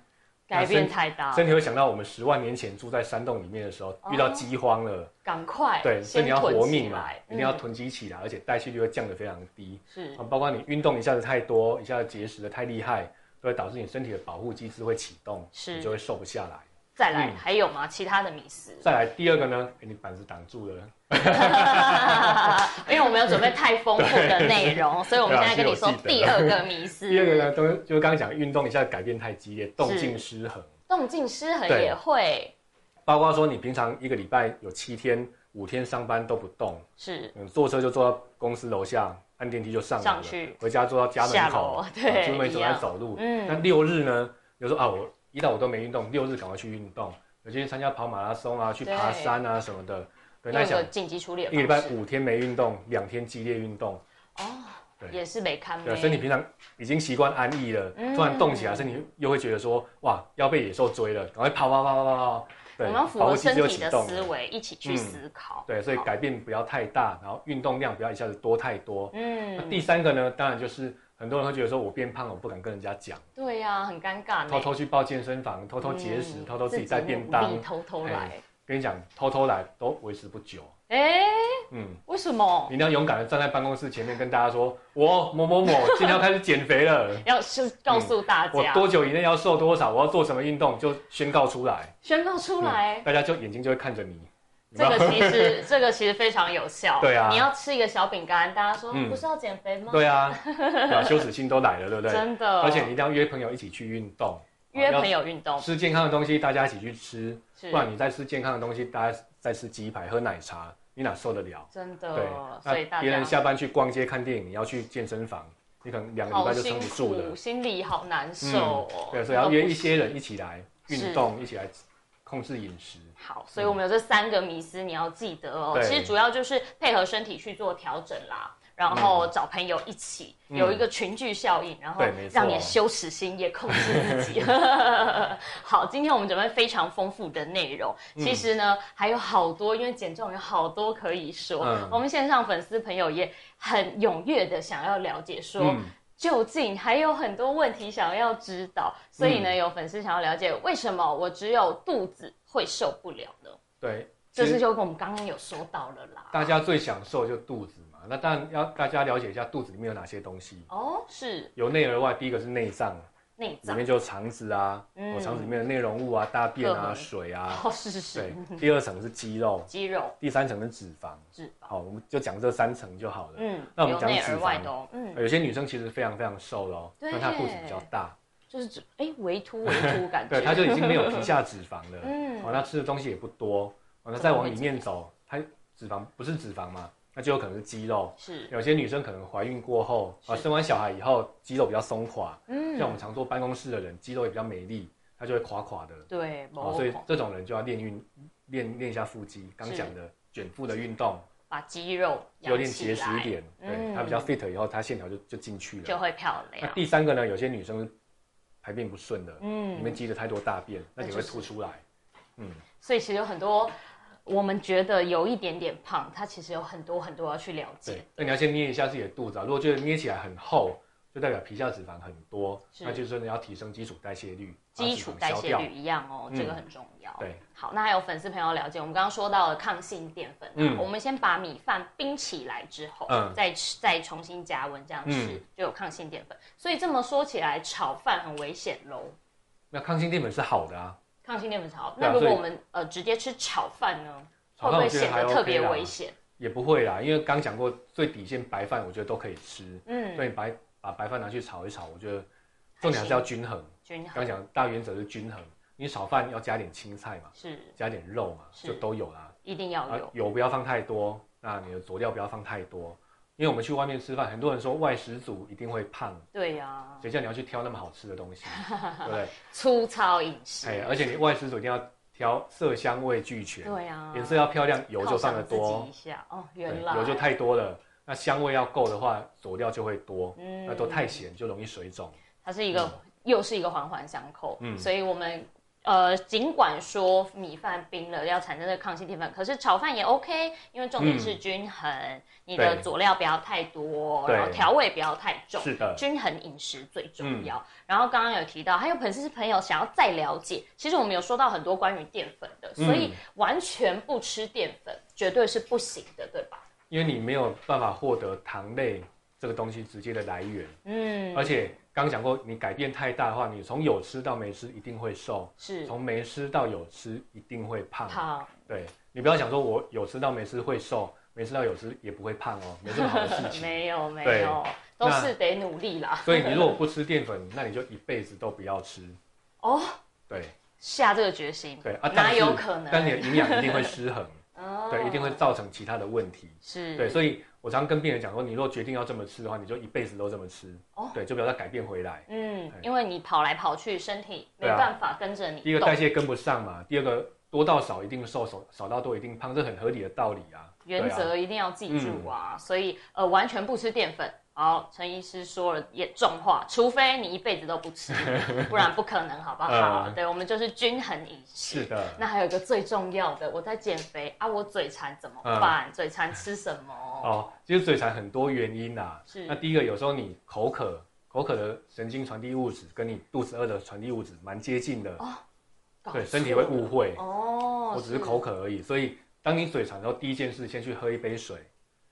Speaker 1: 改变太大，
Speaker 2: 身体会想到我们十万年前住在山洞里面的时候，遇到饥荒了。
Speaker 1: 赶快
Speaker 2: 对，所
Speaker 1: 哦先
Speaker 2: 以你要
Speaker 1: 囤
Speaker 2: 活
Speaker 1: 起
Speaker 2: 命嘛
Speaker 1: 来，
Speaker 2: 一定要
Speaker 1: 嗯
Speaker 2: 囤积起来，而且代谢率会降得非常低。
Speaker 1: 是
Speaker 2: 啊，包括你运动一下子太多，一下子节食的太厉害，都会导致你身体的保护机制会启动，
Speaker 1: 是
Speaker 2: 你就会瘦不下来。
Speaker 1: 再来
Speaker 2: 嗯
Speaker 1: 还有吗？其他的迷思？
Speaker 2: 再来第二个呢，哎诶你板子挡住了，
Speaker 1: 因为我没有准备太丰富的内 容，所以我们现在跟你说第二个迷思。
Speaker 2: 第二个呢，都就是刚刚讲运动一下子改变太激烈，动静失衡，
Speaker 1: 动静失衡也会
Speaker 2: 包括说你平常一个礼拜有七天、五天上班都不动，
Speaker 1: 是
Speaker 2: 嗯，坐车就坐到公司楼下，按电梯就上来
Speaker 1: 上
Speaker 2: 了
Speaker 1: 去
Speaker 2: 回家坐到家
Speaker 1: 下
Speaker 2: 门
Speaker 1: 楼
Speaker 2: 口，
Speaker 1: 对
Speaker 2: 啊出门走
Speaker 1: 一
Speaker 2: 在
Speaker 1: 样
Speaker 2: 走路。
Speaker 1: 嗯
Speaker 2: 那六日呢，就说啊，我一到五都没运动，六日赶快去运动，有些去参加跑马拉松啊，去爬
Speaker 1: 对
Speaker 2: 山啊什么的。对，那
Speaker 1: 用
Speaker 2: 想
Speaker 1: 个紧急处理的
Speaker 2: 一个礼拜
Speaker 1: 方式
Speaker 2: 五天没运动，两天激烈运动，
Speaker 1: 哦，
Speaker 2: 对
Speaker 1: 也是没欸看
Speaker 2: 对，啊
Speaker 1: 没
Speaker 2: 身体平常已经习惯安逸了，
Speaker 1: 嗯
Speaker 2: 突然动起来，身体又会觉得说哇，要被野兽追了，赶快跑跑跑跑跑跑。
Speaker 1: 我
Speaker 2: 对，
Speaker 1: 们要符
Speaker 2: 跑
Speaker 1: 合
Speaker 2: 步机
Speaker 1: 身
Speaker 2: 制又
Speaker 1: 体的
Speaker 2: 启动
Speaker 1: 思
Speaker 2: 了嗯
Speaker 1: 维一起去思考。
Speaker 2: 对，所以
Speaker 1: 好
Speaker 2: 改变不要太大，然后运动量不要一下子多太多。那
Speaker 1: 嗯，
Speaker 2: 第三个呢，当然就是很多人会觉得说我变胖了，我不敢跟人家讲，
Speaker 1: 对呀，很尴尬呢。
Speaker 2: 偷偷去报健身房，偷偷节食，
Speaker 1: 嗯
Speaker 2: 偷偷自己带便
Speaker 1: 自己
Speaker 2: 当
Speaker 1: 努力。偷偷来。
Speaker 2: 跟你讲，偷偷来都维持不久。
Speaker 1: 哎，
Speaker 2: 嗯，
Speaker 1: 为什么
Speaker 2: 你一定要勇敢的站在办公室前面跟大家说，我某某某今天要开始减肥了，
Speaker 1: 要是告诉大
Speaker 2: 嗯我
Speaker 1: 家
Speaker 2: 多久以内要瘦多少，我要做什么运动，就宣告出来。
Speaker 1: 宣告出来
Speaker 2: 嗯？大家就眼睛就会看着你。有
Speaker 1: 这
Speaker 2: 没有
Speaker 1: 个其 实这个其实非常有效。
Speaker 2: 对啊
Speaker 1: 你要吃一个小饼干，大家说哦
Speaker 2: 嗯
Speaker 1: 不是要减肥吗？
Speaker 2: 对 啊，对啊，羞耻心都来了，对不对？
Speaker 1: 真的。
Speaker 2: 而且你一定要约朋友一起去运动，
Speaker 1: 约朋
Speaker 2: 友
Speaker 1: 友运动
Speaker 2: 吃健康的东西，大家一起去吃，
Speaker 1: 哦是
Speaker 2: 不然你再吃健康的东西，大家再吃鸡排、喝奶茶，你哪受得了？
Speaker 1: 真
Speaker 2: 对
Speaker 1: 的，，哦所以
Speaker 2: 那
Speaker 1: 大
Speaker 2: 别
Speaker 1: 家
Speaker 2: 人下班去逛街、看电影，你要去健身房，你嗯可能两个礼
Speaker 1: 好
Speaker 2: 拜就
Speaker 1: 辛
Speaker 2: 撑不住了
Speaker 1: 苦，。心里好难受哦。
Speaker 2: 对，所以要约一些人一起来运动，一起来控制饮食。
Speaker 1: 好，所以我们有这三个迷思，你要记得哦。
Speaker 2: 对
Speaker 1: 其实主要就是配合身体去做调整啦，然后找朋友一起，有一个群聚效应，然后
Speaker 2: 嗯对没错
Speaker 1: 让你的羞耻心也控制自己。 好，今天我们准备非常丰富的内容，
Speaker 2: 嗯
Speaker 1: 其实呢还有好多，因为减重有好多可以说，
Speaker 2: 嗯
Speaker 1: 我们线上粉丝朋友也很踊跃的想要了解说。
Speaker 2: 嗯
Speaker 1: 究竟还有很多问题想要知道，所以呢，
Speaker 2: 嗯
Speaker 1: 有粉丝想要了解为什么我只有肚子会受不了呢？
Speaker 2: 对，
Speaker 1: 这
Speaker 2: 其
Speaker 1: 是
Speaker 2: 实
Speaker 1: 就跟我们刚刚有说到了啦。
Speaker 2: 大家最享受就肚子嘛。那当然要大家了解一下肚子里面有哪些东西，
Speaker 1: 哦，是
Speaker 2: 由内而外，第一个是内脏，
Speaker 1: 内
Speaker 2: 里
Speaker 1: 脏
Speaker 2: 面就有肠子啊，
Speaker 1: 嗯
Speaker 2: 我肠子里面的内容物啊、大便
Speaker 1: 各
Speaker 2: 啊、
Speaker 1: 种
Speaker 2: 水啊。
Speaker 1: 哦，是是
Speaker 2: 对
Speaker 1: 是，，
Speaker 2: 第二层是肌肉，
Speaker 1: 肌肉、
Speaker 2: 第三层是脂肪。
Speaker 1: 脂肪，
Speaker 2: 好，我们就讲这三层就好了。
Speaker 1: 嗯，
Speaker 2: 那我们
Speaker 1: 由
Speaker 2: 讲
Speaker 1: 内
Speaker 2: 脂
Speaker 1: 而外
Speaker 2: 肪哎
Speaker 1: 的哦，嗯，
Speaker 2: 有些女生其实非常非常瘦了哦，
Speaker 1: 对
Speaker 2: 但她肚子比较大，
Speaker 1: 就是脂，哎，微凸微 凸感觉，
Speaker 2: 对，她就已经没有皮下脂肪了。
Speaker 1: 嗯
Speaker 2: 哦，那吃的东西也不多，哦，那再往里面走，它脂肪不是脂肪嘛，那就有可能是肌肉。
Speaker 1: 是，
Speaker 2: 有些女生可能怀孕过后啊，
Speaker 1: 是
Speaker 2: 生完小孩以后肌肉比较松垮，
Speaker 1: 嗯
Speaker 2: 像我们常坐办公室的人，肌肉也比较没力，她就会垮垮的。
Speaker 1: 对，
Speaker 2: 哦，
Speaker 1: 某
Speaker 2: 所以
Speaker 1: 种
Speaker 2: 这种人就要练运，练练一下腹肌。刚
Speaker 1: 是
Speaker 2: 讲的卷腹的运动，
Speaker 1: 把肌肉养
Speaker 2: 有点
Speaker 1: 起
Speaker 2: 结实
Speaker 1: 来
Speaker 2: 一点，
Speaker 1: 嗯
Speaker 2: 对，她比较 fit 以后，她线条就就进去了。
Speaker 1: 就会漂
Speaker 2: 那
Speaker 1: 亮，
Speaker 2: 第三个呢，有些女生排便不顺的，里面
Speaker 1: 嗯，
Speaker 2: 积了太多大便，那也
Speaker 1: 那
Speaker 2: 会
Speaker 1: 就是
Speaker 2: 凸出来。嗯，
Speaker 1: 所以其实有很多我们觉得有一点点胖，它其实有很多很多要去了解
Speaker 2: 对。。那你要先捏一下自己的肚子啊，如果觉得捏起来很厚，就代表皮下脂肪很多，
Speaker 1: 是
Speaker 2: 那就是真的要提升基础代谢率，把
Speaker 1: 基
Speaker 2: 脂
Speaker 1: 础
Speaker 2: 肪
Speaker 1: 代
Speaker 2: 啊消
Speaker 1: 谢
Speaker 2: 掉
Speaker 1: 率。一样哦，
Speaker 2: 嗯
Speaker 1: 这个很重要。
Speaker 2: 对，
Speaker 1: 好，那还有粉丝朋友了解，我们刚刚说到了抗性淀粉、啊，
Speaker 2: 嗯
Speaker 1: 我们先把米饭冰起来之后，
Speaker 2: 嗯
Speaker 1: 再吃，再重新加温，这样吃、
Speaker 2: 嗯
Speaker 1: 就有抗性淀粉。所以这么说起来，炒饭很危险喽。
Speaker 2: 那抗性淀粉是好的啊，
Speaker 1: 抗性淀粉炒，
Speaker 2: 对啊
Speaker 1: 那如果
Speaker 2: 所以
Speaker 1: 我们呃直接吃炒饭呢，会
Speaker 2: 炒
Speaker 1: 不
Speaker 2: 饭
Speaker 1: 会
Speaker 2: 我觉得
Speaker 1: 显
Speaker 2: 还
Speaker 1: 得特
Speaker 2: OK 啊
Speaker 1: 别
Speaker 2: 啦
Speaker 1: 危险？
Speaker 2: 也不会啦，因为刚讲过最底线白饭，我觉得都可以吃。
Speaker 1: 嗯，
Speaker 2: 所以白把白饭拿去炒一炒，我觉得重点还是要均衡。
Speaker 1: 均衡
Speaker 2: 刚讲大原则是均衡，你炒饭要加点青菜嘛，
Speaker 1: 是
Speaker 2: 加点肉嘛，
Speaker 1: 是
Speaker 2: 就都有啦。
Speaker 1: 一定要
Speaker 2: 啊
Speaker 1: 有，，
Speaker 2: 油不要放太多，那你的佐料不要放太多，因为我们去外面吃饭，很多人说外食族一定会胖，
Speaker 1: 对呀、
Speaker 2: 谁叫你要去挑那么好吃的 东西，对不对？
Speaker 1: 粗糙饮食，
Speaker 2: 哎，而且你外食族一定要挑色香味俱全，
Speaker 1: 对呀、
Speaker 2: 颜色要漂亮，油就放得
Speaker 1: 哦犒赏自
Speaker 2: 多
Speaker 1: 己一，下哦，
Speaker 2: 对
Speaker 1: 原来
Speaker 2: 油就太多了，那香味要够的话，佐料就会多，
Speaker 1: 嗯
Speaker 2: 那都太咸就容易水肿。
Speaker 1: 它是一个、又是一个环环相扣，
Speaker 2: 嗯
Speaker 1: 所以我们呃尽管说米饭冰了要产生的抗性淀粉，可是炒饭也 OK，因为重点是均衡，你的
Speaker 2: 对
Speaker 1: 佐料不要太多，
Speaker 2: 嗯对
Speaker 1: 然后调味不要太重，
Speaker 2: 是的嗯
Speaker 1: 均衡饮食最重要。然后刚刚有提到，还有粉丝朋友想要再了解，其实我们有说到很多关于淀粉的，所以
Speaker 2: 嗯
Speaker 1: 完全不吃淀粉绝对是不行的，对吧？
Speaker 2: 因为你没有办法获得糖类这个东西直接的来源，
Speaker 1: 嗯，
Speaker 2: 而且刚讲过，你改变太大的话，你从有吃到没吃一定会瘦，
Speaker 1: 是
Speaker 2: 从没吃到有吃一定会胖。
Speaker 1: 好，
Speaker 2: 对你不要想说我有吃到没吃会瘦，没吃到有吃也不会胖哦，没这么好的事情。
Speaker 1: 没有没
Speaker 2: 对
Speaker 1: 有，都是得努力啦。
Speaker 2: 所以你如果不吃淀粉，那你就一辈子都不要吃。
Speaker 1: 哦，
Speaker 2: 对
Speaker 1: 下这个决心，
Speaker 2: 对啊，但
Speaker 1: 哪
Speaker 2: 是
Speaker 1: 有可能？
Speaker 2: 但你的营养一定会失衡，
Speaker 1: 哦嗯
Speaker 2: 对，一定会造成其他的问题。
Speaker 1: 是，
Speaker 2: 对，所以我常跟病人讲说，你如果决定要这么吃的话，你就一辈子都这么吃。
Speaker 1: 哦
Speaker 2: 对，就不要再改变回来。
Speaker 1: 嗯
Speaker 2: 对，
Speaker 1: 因为你跑来跑去，身体没
Speaker 2: 对啊
Speaker 1: 办法跟着你
Speaker 2: 第一个
Speaker 1: 动
Speaker 2: 代，谢跟不上嘛，第二个多到少一定瘦，少少到多一定胖，这很合理的道理啊。
Speaker 1: 原
Speaker 2: 对啊、嗯
Speaker 1: 则一定要记住啊。所以呃，完全不吃淀粉。好，陈医师说了也重话，除非你一辈子都不 吃，不然不可能，好不好？
Speaker 2: 嗯
Speaker 1: 对，我们就是均衡饮食。
Speaker 2: 是的，
Speaker 1: 那还有一个最重要的，我在减肥啊，我嘴馋怎么
Speaker 2: 嗯
Speaker 1: 办？嘴馋吃什么？
Speaker 2: 哦，其实嘴馋很多原因啊。
Speaker 1: 是
Speaker 2: 那第一个，有时候你口渴，口渴的神经传递物质跟你肚子饿的传递物质蛮接近的，
Speaker 1: 搞
Speaker 2: 对，身体会误会
Speaker 1: 错。哦。
Speaker 2: 我只是口渴而已，所以当你嘴馋的时候，第一件事先去喝一杯水，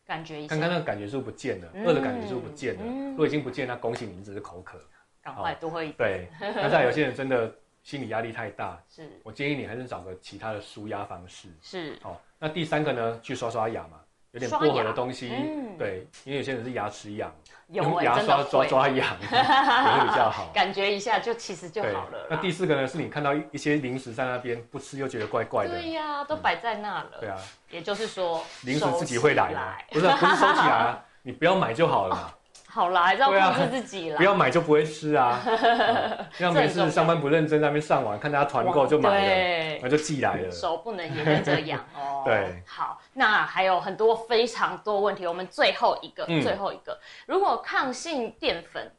Speaker 1: 感觉一下
Speaker 2: 看，看那个感觉是不是不见了，
Speaker 1: 嗯
Speaker 2: 饿的感觉是不是不见了。
Speaker 1: 嗯
Speaker 2: 如果已经不见，那恭喜你，你只是口渴。
Speaker 1: 赶快多喝一
Speaker 2: 对，那在有些人真的心理压力太大，
Speaker 1: 是
Speaker 2: 我建议你还是找个其他的舒压方式。
Speaker 1: 是
Speaker 2: 哦，那第三个呢，去刷刷牙嘛，有点薄
Speaker 1: 刷牙
Speaker 2: 荷的东西，
Speaker 1: 嗯
Speaker 2: 对，因为有些人是牙齿痒，
Speaker 1: 有
Speaker 2: 用
Speaker 1: 哎、
Speaker 2: 牙
Speaker 1: 真
Speaker 2: 刷
Speaker 1: 的
Speaker 2: 抓
Speaker 1: 会
Speaker 2: 抓 痒也会比较好。
Speaker 1: 感觉一下就其 实就
Speaker 2: 对
Speaker 1: 好了啦。
Speaker 2: 那第四个呢，是你看到一些零食在那边不吃又觉得怪怪的，
Speaker 1: 对呀、都摆在那了。
Speaker 2: 对啊，
Speaker 1: 也就是说，
Speaker 2: 零食
Speaker 1: 收
Speaker 2: 自己会
Speaker 1: 起
Speaker 2: 来
Speaker 1: 来
Speaker 2: 啊嘛，不是不是收起来啊，你不要买就好了嘛，
Speaker 1: 好啦，还是要
Speaker 2: 对啊
Speaker 1: 控制自己啦。
Speaker 2: 不要买就不会 吃啊，嗯不要没
Speaker 1: 这很重要
Speaker 2: 事上班不认真，在那边上网看大家团购就买了，
Speaker 1: 对
Speaker 2: 然后就寄来了。。
Speaker 1: 手不能也跟着痒哦
Speaker 2: 对，
Speaker 1: 好，那还有很多非常多问题，我们最后一个，
Speaker 2: 嗯
Speaker 1: 最后一个，如果抗性淀粉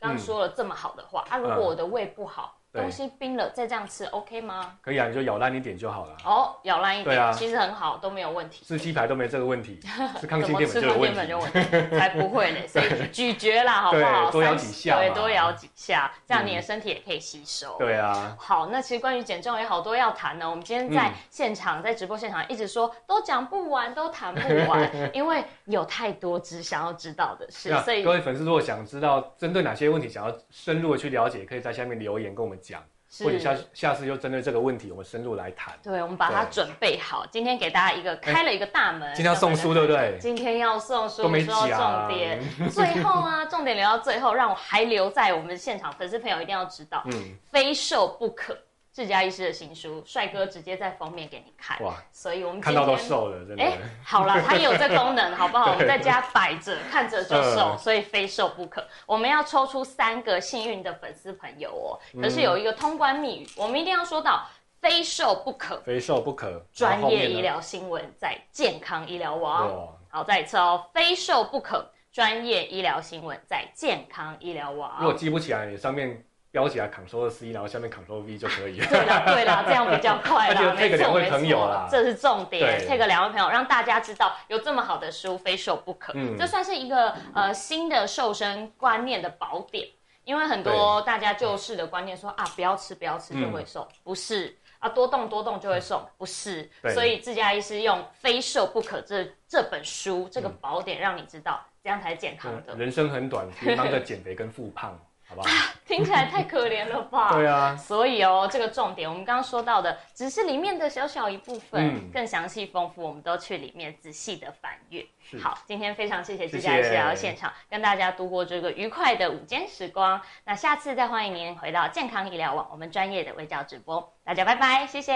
Speaker 1: 刚刚
Speaker 2: 嗯
Speaker 1: 说了这么好的话，啊，如
Speaker 2: 嗯
Speaker 1: 果我的胃不好，
Speaker 2: 对
Speaker 1: 东西冰了再这样吃，OK 吗？
Speaker 2: 可以啊，你就咬烂一点就好了。
Speaker 1: 哦，咬烂一
Speaker 2: 对
Speaker 1: 点，
Speaker 2: 啊
Speaker 1: 其实很好，都没有问题。
Speaker 2: 吃鸡排都没这 个问题，吃抗
Speaker 1: 怎
Speaker 2: 性
Speaker 1: 么
Speaker 2: 淀
Speaker 1: 吃
Speaker 2: 粉就有
Speaker 1: 抗
Speaker 2: 问
Speaker 1: 淀粉。
Speaker 2: 题
Speaker 1: 就有问题？ 才不会嘞，所以咀嚼啦，好不好？
Speaker 2: 对多咬
Speaker 1: 三
Speaker 2: 几下嘛
Speaker 1: 对，多咬几下，这样你的
Speaker 2: 嗯
Speaker 1: 身体也可以吸收。
Speaker 2: 对啊，
Speaker 1: 好，那其实关于减重有好多要谈呢。我们今天在
Speaker 2: 嗯
Speaker 1: 现场，在直播现场一直说都讲不完，都谈不 完，因为有太多只想要知道的事
Speaker 2: 那，
Speaker 1: 所以
Speaker 2: 啊各位粉丝如果想知道针对哪些问题想要深入的去了解，可以在下面留言跟我们讲，或者下
Speaker 1: 是。
Speaker 2: 下次就针对这个问题我们深入来谈。
Speaker 1: 对，我们把它
Speaker 2: 对哎
Speaker 1: 准备好。今天给大家一个开了一个大门。
Speaker 2: 今天要送书对不对？
Speaker 1: 今天要送书，
Speaker 2: 都没
Speaker 1: 说到
Speaker 2: 讲
Speaker 1: 重点，最后啊，重点留到最后，让我还留在我们现场，粉丝朋友一定要知道，
Speaker 2: 嗯，
Speaker 1: 非瘦不可。志佳医师的新书，帅哥直接在封面给你看，
Speaker 2: 哇，
Speaker 1: 所以我们
Speaker 2: 看
Speaker 1: 今
Speaker 2: 到都
Speaker 1: 天
Speaker 2: 瘦了，真的。
Speaker 1: 哎、 好啦，它也有这功能，好不好？
Speaker 2: 对
Speaker 1: 我们在家摆着看着就瘦，
Speaker 2: 嗯
Speaker 1: 所以非瘦不可。我们要抽出三个幸运的粉丝朋友哦，
Speaker 2: 嗯
Speaker 1: 可是有一个通关密语，我们一定要说到非瘦不可。
Speaker 2: 非瘦不可。然后
Speaker 1: 专
Speaker 2: 后
Speaker 1: 业
Speaker 2: 面呢
Speaker 1: 医疗啊新闻在健康医疗网。
Speaker 2: 哇，
Speaker 1: 好，再一次哦，非瘦不可。专业医疗新闻在健康医疗网。
Speaker 2: 如果记不起来，你上面标起来 Ctrl C，然后下面 Ctrl V 就可以 了。
Speaker 1: 对啦，对啦，这样比较快
Speaker 2: 而且
Speaker 1: 啦，没
Speaker 2: take 两
Speaker 1: 错
Speaker 2: 位
Speaker 1: 没
Speaker 2: 朋友
Speaker 1: 错
Speaker 2: 啦，
Speaker 1: 这是重点
Speaker 2: 对
Speaker 1: ，take 两位朋友，让大家知道有这么好的书非瘦不可，
Speaker 2: 嗯
Speaker 1: 这算是一个呃新的瘦身观念的宝典，因为很多大家旧式的观念说啊，不要吃不要吃就会瘦，不是。啊，多动多动就会瘦，不是？
Speaker 2: 嗯对
Speaker 1: 所以自家医师用《非瘦不可这》这本书这个
Speaker 2: 嗯
Speaker 1: 宝典，让你知道这样才是健康的。
Speaker 2: 人生很短，别忙着减肥跟复胖，好 不好？
Speaker 1: 听起来太可怜了吧？
Speaker 2: 对啊，
Speaker 1: 所以哦，这个重点我们刚刚说到的，只是里面的小小一部分，
Speaker 2: 嗯
Speaker 1: 更详细丰富，我们都去里面仔细的翻阅。
Speaker 2: 是
Speaker 1: 好，今天非常谢谢
Speaker 2: 谢
Speaker 1: 志佳医师
Speaker 2: 谢
Speaker 1: 来到现场，跟大家度过这个愉快的午间时光。那下次再欢迎您回到健康医疗网，我们专业的微教直播，大家拜拜，谢谢。